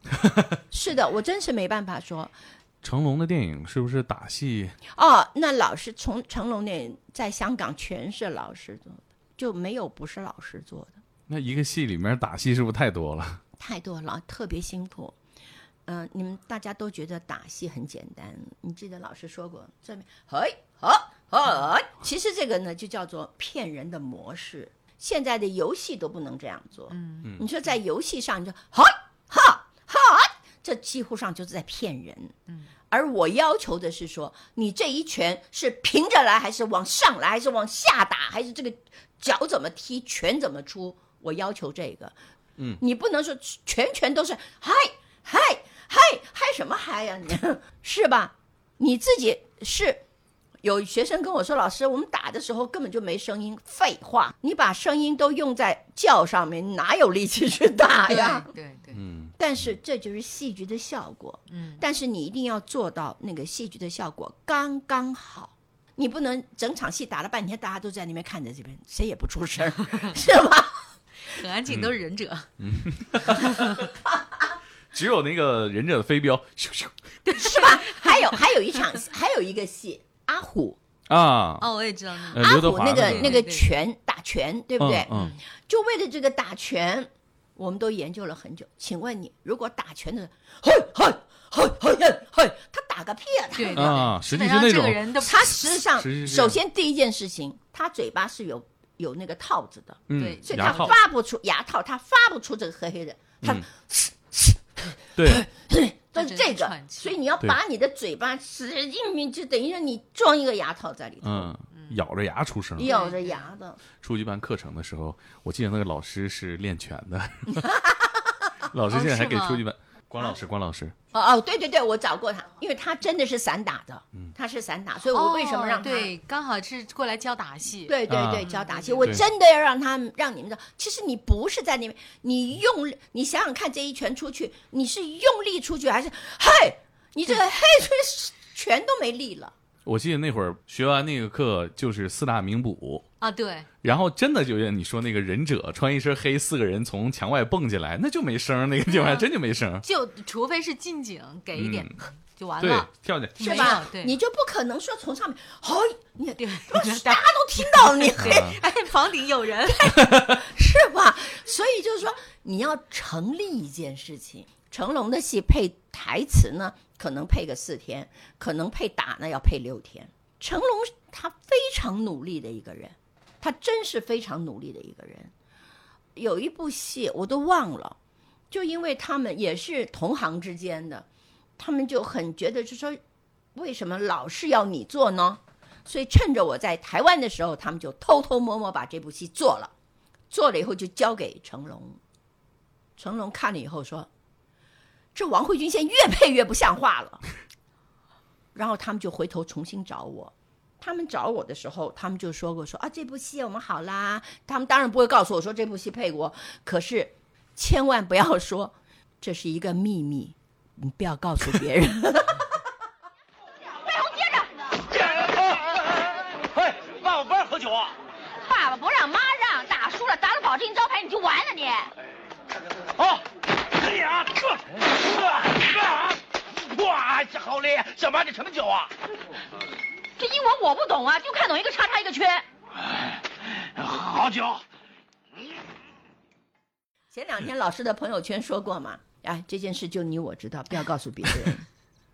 S2: 是的，我真是没办法说。
S1: 成龙的电影是不是打戏
S2: 哦，那老师从成龙那在香港全是老师做的，就没有不是老师做的。
S1: 那一个戏里面打戏是不是太多了？
S2: 太多了，特别辛苦。嗯、你们大家都觉得打戏很简单，你记得老师说过，这边嘿好好，嘿其实这个呢就叫做骗人的模式。现在的游戏都不能这样做。
S3: 嗯，
S2: 你说在游戏上，你就哈哈哈，这几乎上就是在骗人。嗯，而我要求的是说，你这一拳是平着来，还是往上来，还是往下打，还是这个脚怎么踢，拳怎么出？我要求这个。嗯，你不能说全拳都是嗨嗨嗨嗨什么嗨呀、你 是吧？你自己是。有学生跟我说：“老师，我们打的时候根本就没声音。”废话，你把声音都用在叫上面，哪有力气去打
S3: 对
S2: 呀？
S3: 对对，
S1: 嗯，
S2: 但是这就是戏剧的效果。
S3: 嗯，
S2: 但是你一定要做到那个戏剧的效果刚刚好。你不能整场戏打了半天，大家都在那边看着这边，谁也不出声儿，是吧？
S3: 很安静，都
S1: 嗯
S3: 是忍者。
S1: 只有那个忍者的飞镖，咻咻
S2: 是吧？还有还有一场，还有一个戏，阿虎，
S1: 啊，
S3: 哦，我也知道那个。
S1: 呃
S2: 阿
S1: 刘德
S2: 虎
S1: 华
S2: 那个
S1: 个
S2: 那个
S3: 对
S2: 拳打拳，对不对？
S1: 嗯
S2: 就为了这个打拳，我们都研究了很久。请问你，如果打拳的人，嘿嘿嘿嘿嘿嘿，他打个屁啊！他
S3: 对
S1: 嗯啊，
S3: 基
S1: 实际是
S3: 本上
S1: 那
S3: 这
S1: 种
S3: 个人的
S2: 他实际上
S1: 实际，是
S2: 首先第一件事情，他嘴巴是有有那个套子的，
S1: 嗯
S3: 对
S2: 所以他
S1: 牙套，
S2: 发不出牙套，他发不出这个黑黑的，他
S1: 嗯对，
S3: 嗯
S2: 都是
S3: 他只
S2: 这
S3: 能
S2: 个
S3: 喘。气
S2: 所以你要把你的嘴巴使劲，就等于说你装一个牙套在里头，
S1: 嗯，咬着牙出声。
S2: 咬着牙的。
S1: 初级班课程的时候，我记得那个老师是练拳 的，老师现在还给
S3: 哦是吗
S1: 初级班 关老师，关老师，
S2: 哦哦，对对对，我找过他，因为他真的是散打的，
S1: 嗯
S2: 他是散打，所以我为什么让
S3: 哦
S2: 他
S3: 对，刚好是过来教打戏。，
S2: 对对对，
S1: 啊
S2: 教打
S3: 嗯
S2: 气，我
S1: 对
S2: 真的要让他们让你们知道，其实你不是在那边，你用力，你想想看，这一拳出去，你是用力出去还是嘿？你这个嘿出去全都没力了。
S1: 我记得那会儿学完那个课就是四大名捕，
S3: 啊，对，
S1: 然后真的就像你说那个忍者穿一身黑，四个人从墙外蹦进来，那就没声儿，那个
S3: 嗯
S1: 地方还真就没声儿。
S3: 就除非是近景给一点
S1: 嗯，
S3: 就完
S1: 对
S3: 了，，
S1: 跳进
S2: 是
S3: 没
S2: 吧
S3: 有？对，
S2: 你就不可能说从上面，嘿，你
S3: 对，
S2: 大家都听到了，你嘿
S3: 哎，房顶有人，
S2: 是吧？所以就是说，你要成立一件事情。成龙的戏配台词呢，可能配个四天，可能配打呢要配六天。成龙他非常努力的一个人，他真是非常努力的一个人。有一部戏我都忘了，就因为他们也是同行之间的，他们就很觉得就说，为什么老是要你做呢？所以趁着我在台湾的时候，他们就偷偷摸摸把这部戏做了。做了以后就交给成龙。成龙看了以后说：“这王慧君现在越配越不像话了。” 然后他们就回头重新找我。他们找我的时候，他们就说过说啊，这部戏我们好啦。他们当然不会告诉我说这部戏配过，可是千万不要说这是一个秘密，你不要告诉别人。
S5: 嘿，爸爸不让喝酒啊！
S7: 爸爸不让，妈让，打输了砸了保证金招牌你就完了你。
S5: 啊，哎呀，这这哇，这好嘞！小马，这什么酒啊？
S7: 这英文我不懂啊，就看懂一个叉叉一个圈。
S5: 好酒。
S2: 前两天老师的朋友圈说过嘛，哎，这件事就你我知道，不要告诉别人。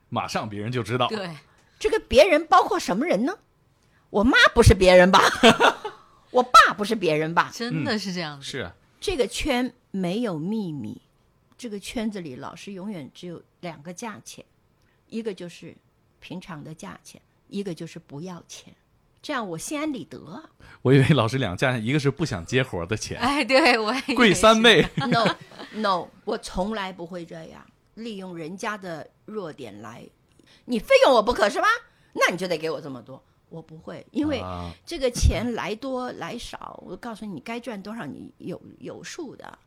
S1: 马上别人就知道。
S3: 对，
S2: 这个别人包括什么人呢？我妈不是别人吧？ 我爸不是别人吧？
S3: 真的嗯是这样子。
S1: 是啊，
S2: 这个圈没有秘密，这个圈子里老师永远只有两个价钱，一个就是平常的价钱，一个就是不要钱，这样我心安理得啊。
S1: 我以为老师两价，一个是不想接活的 钱，
S3: 哎，对我也
S1: 贵三
S3: 是，
S1: 倍。
S2: no no，我从来不会这样利用人家的弱点来，你非用我不可是吧？那你就得给我这么多，我不会，因为
S1: 啊
S2: 这个钱来多来少，我告诉你，你该赚多少你有有数的。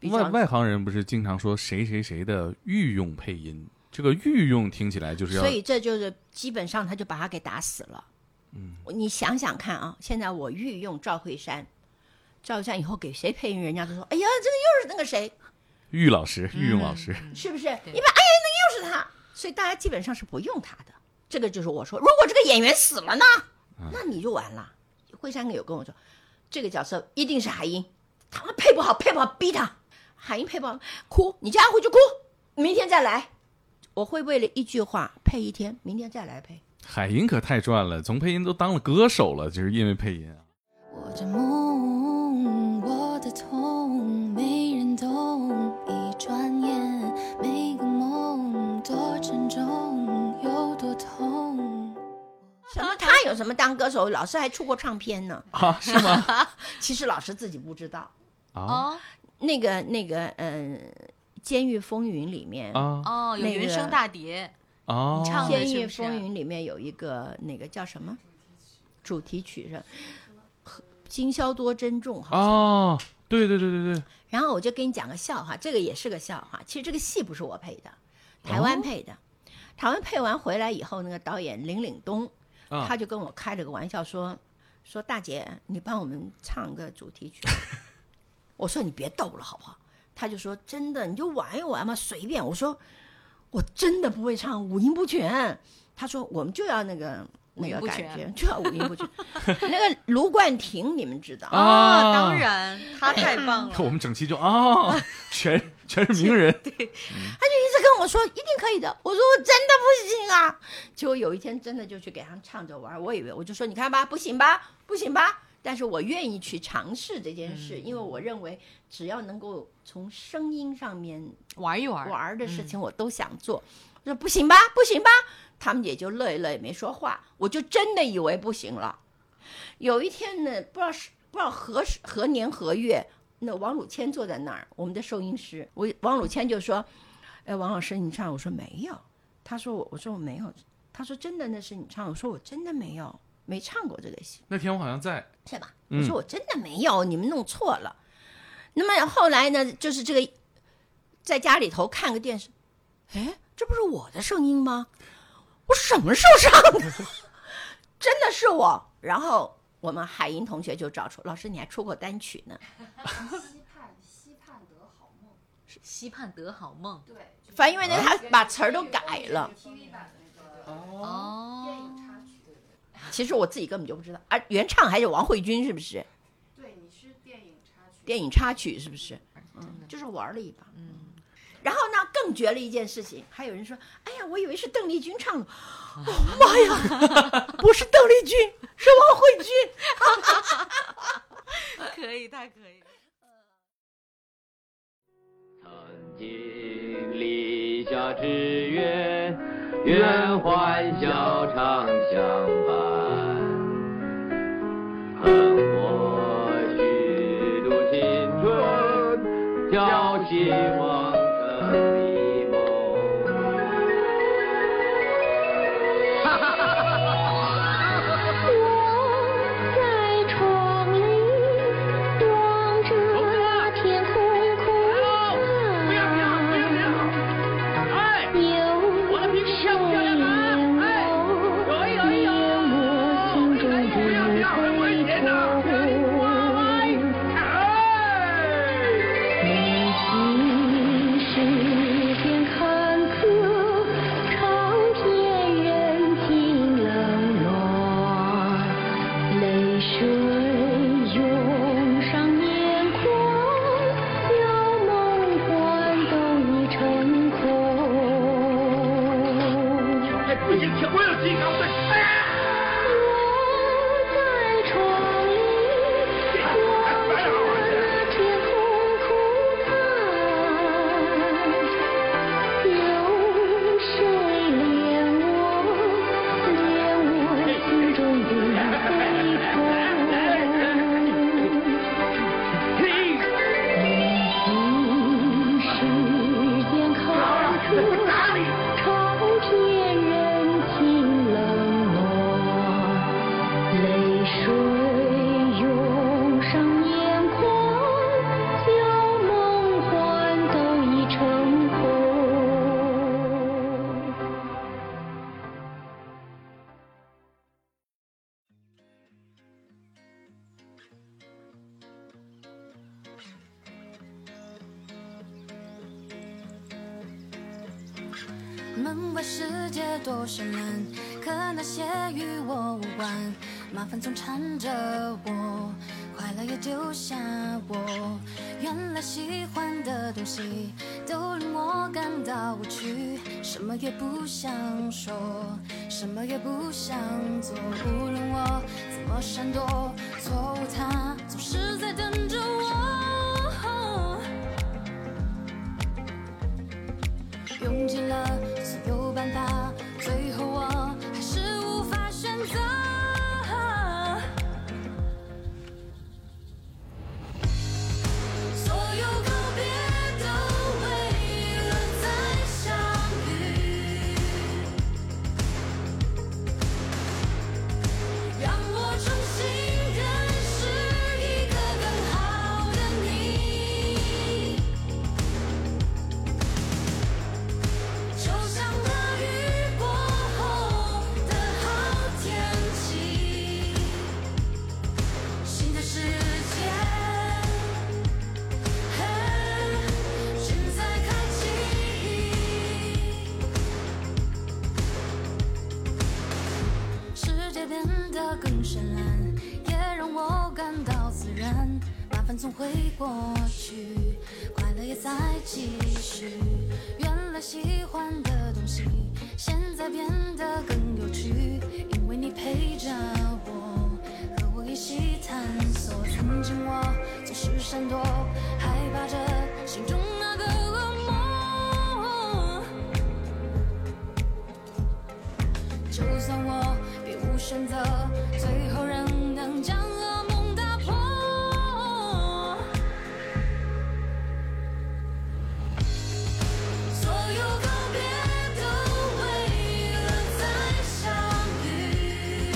S2: 比
S1: 外
S2: 方
S1: 外行人不是经常说谁谁谁的御用配音，这个御用听起来就是要啊
S2: 所以这就是基本上他就把他给打死了。嗯，你想想看啊，现在我御用赵慧珊，赵慧珊以后给谁配音，人家都说，哎呀，这个又是那个谁，
S1: 玉老师、
S3: 嗯
S1: 御用老师。
S2: 是不是？你们哎呀，那个又是他，所以大家基本上是不用他的。这个就是我说，如果这个演员死了呢，
S1: 嗯
S2: 那你就完了。惠山有跟我说，这个角色一定是海英，他们配不好，配不好逼他，海英配不好哭，你叫他回去哭，明天再来。我会为了一句话配一天，明天再来配。
S1: 海音可太赚了，从配音都当了歌手了，就是因为配音啊。
S9: 我这梦
S2: 有什么当歌手？老师还出过唱片呢。
S1: 啊，是吗？
S2: 其实老师自己不知道，
S1: 啊
S3: 哦
S2: 那个那个，嗯，《监狱风云》里面，
S1: 啊
S3: 哦，有
S2: 那
S3: 原
S2: 个
S3: 声大碟，
S1: 啊！
S3: 你唱的
S2: 监
S3: 是
S2: 狱
S3: 不是
S2: 风云》里面有一个那个叫什么主题曲是《今宵多珍重》好像。
S1: 啊，对对对对对，
S2: 然后我就给你讲个笑话，这个也是个笑话。其实这个戏不是我配的，
S3: 哦
S2: 台湾配的。台湾配完回来以后，那个导演林岭东，
S1: 啊
S2: 他就跟我开了个玩笑说：“说大姐，你帮我们唱个主题曲。” 我说：“你别逗了，好不好？”他就说：“真的，你就玩一玩嘛，随便。”我说：“我真的不会唱五音不全。”他说：“我们就要那个
S3: 五
S2: 那
S3: 音
S2: 个
S3: 不
S2: 感
S3: 全
S2: 觉，就要五音不全。” 那个卢冠廷，你们知道
S1: 啊
S3: 哦，当然，他太棒 了。
S1: 看我们整期就 啊，全全是名人，
S2: 一直跟我说一定可以的，我说我真的不行啊。结果有一天真的就去给他唱着玩儿，我以为我就说你看吧，不行吧，不行吧。但是我愿意去尝试这件事，因为我认为只要能够从声音上面
S3: 玩一玩，
S2: 玩儿的事情，我都想做。我说不行吧，不行吧，他们也就乐一乐，也没说话。我就真的以为不行了。有一天呢，不知道是不知道何时何年何月，那王鲁谦坐在那儿，我们的收音师，我王鲁谦就说：“哎，王老师，你唱？”我说：“没有。”他说：“我我说我没有。”他说：“真的，那是你唱？”我说：“我真的没有，没唱过这个戏。”
S1: 那天我好像在
S2: 是吧？
S1: 嗯
S2: 我说我真的没有，你们弄错了。那么后来呢，就是这个在家里头看个电视，哎，这不是我的声音吗？我什么时候唱的？ 真的是我。然后我们海英同学就找出，老师你还出过单曲呢，
S3: 西畔得好梦。
S2: 反正因为那个他把词儿都改了。
S3: 哦，
S2: 其实我自己根本就不知道，啊，原唱还是王慧君是不是？对，你是电影插曲。电影插曲是不是？嗯，就是玩了一把。嗯。然后呢，更绝了一件事情，还有人说：“哎呀，我以为是邓丽君唱的，哦妈呀， 不是邓丽君，是王慧君。”
S3: 可以，太可以。
S9: 曾经立下志愿，愿欢笑常相伴。恨我虚度青春，叫希望成一梦。
S10: 我在窗里望着天空空蓝，有谁哎有我心中的归途？历世间坎坷，尝遍人情冷暖，泪水涌上眼眶，有梦幻都已成空。
S5: 哎，不行，我有金刚钻。
S10: 我在窗里望着天空蓝，有谁怜我，怜我心中的悲痛？历世间坎坷，尝遍人情冷暖，泪水涌上眼眶，旧梦幻都已成空。
S11: 门外世界多绚烂，可那些与我无关。麻烦总缠着我，快乐也丢下我。原来喜欢的东西都令我感到无趣，什么也不想说，什么也不想做。无论我怎么闪躲，错误它总是在等着我。用尽了所有办法，最后我还是无法选择。绚烂，也让我感到自然。麻烦总会过去，快乐也在继续。原来喜欢的东西，现在变得更有趣，因为你陪着我，和我一起探索。曾经我总是闪躲，害怕着心中那个恶魔。就算我别无选择，最后仍能将噩梦打破。所有告别都为了再相遇，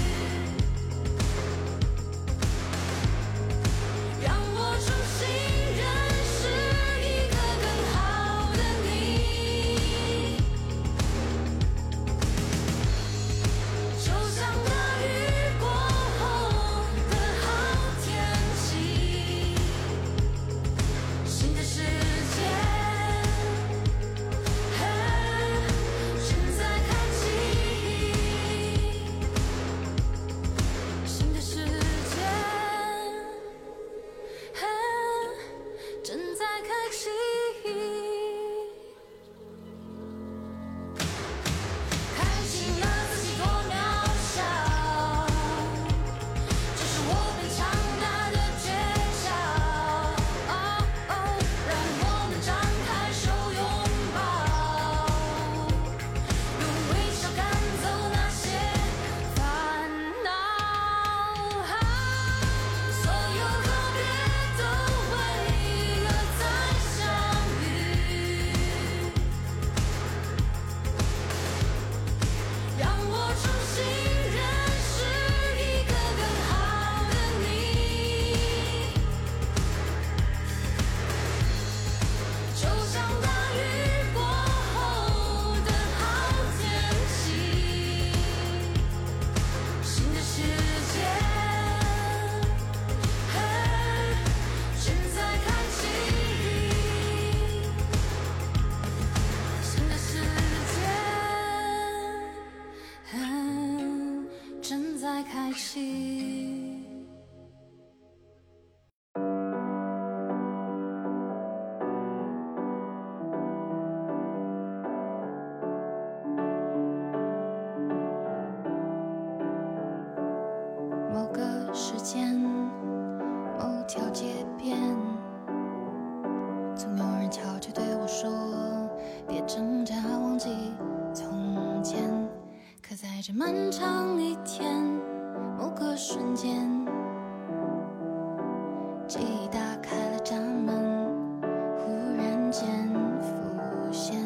S11: 让我重新认识一个更好的你。就像那雨过后的好天气，新的世界正在开启，新的世界正在开启。开启了自己多渺小，这是我变强大的诀窍。让我们张开手拥抱，用微笑赶走那些烦恼。所有告别都为了再相遇。让我重新认识一个更好的你，就像大雨过后的好天气，新的世界正在开启，新的世界。嗯，正在开启。某个时间，某条街边，总有人悄悄对我说：“别挣扎，忘记从前。”可在这漫长一天，某个瞬间，记忆打开了闸门，忽然间浮现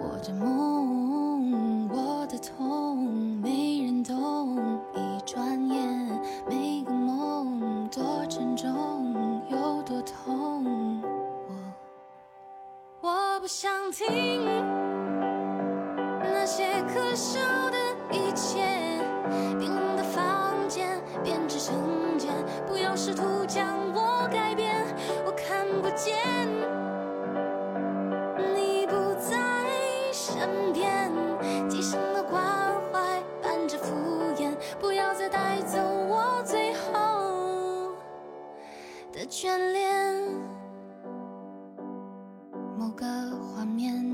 S11: 我的梦，我的痛，没人懂。一转眼，每个梦多沉重，有多痛。我我不想听。那些可笑的一切，冰冷的房间编织成茧，不要试图将我改变，我看不见，你不在身边，低声的关怀伴着敷衍，不要再带走我最后的眷恋。某个画面。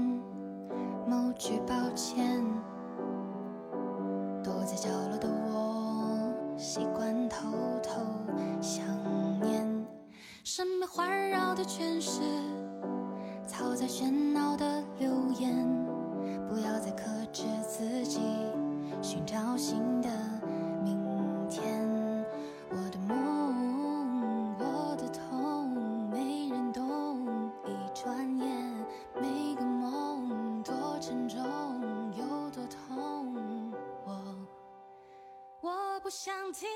S11: 某句抱歉，躲在角落的我，习惯偷偷想念。身边环绕的全是嘈杂喧闹的流言，不要再克制自己，寻找新的明天。我的梦，我的痛，没人懂。一转眼。每个梦多沉重，有多痛。我我不想听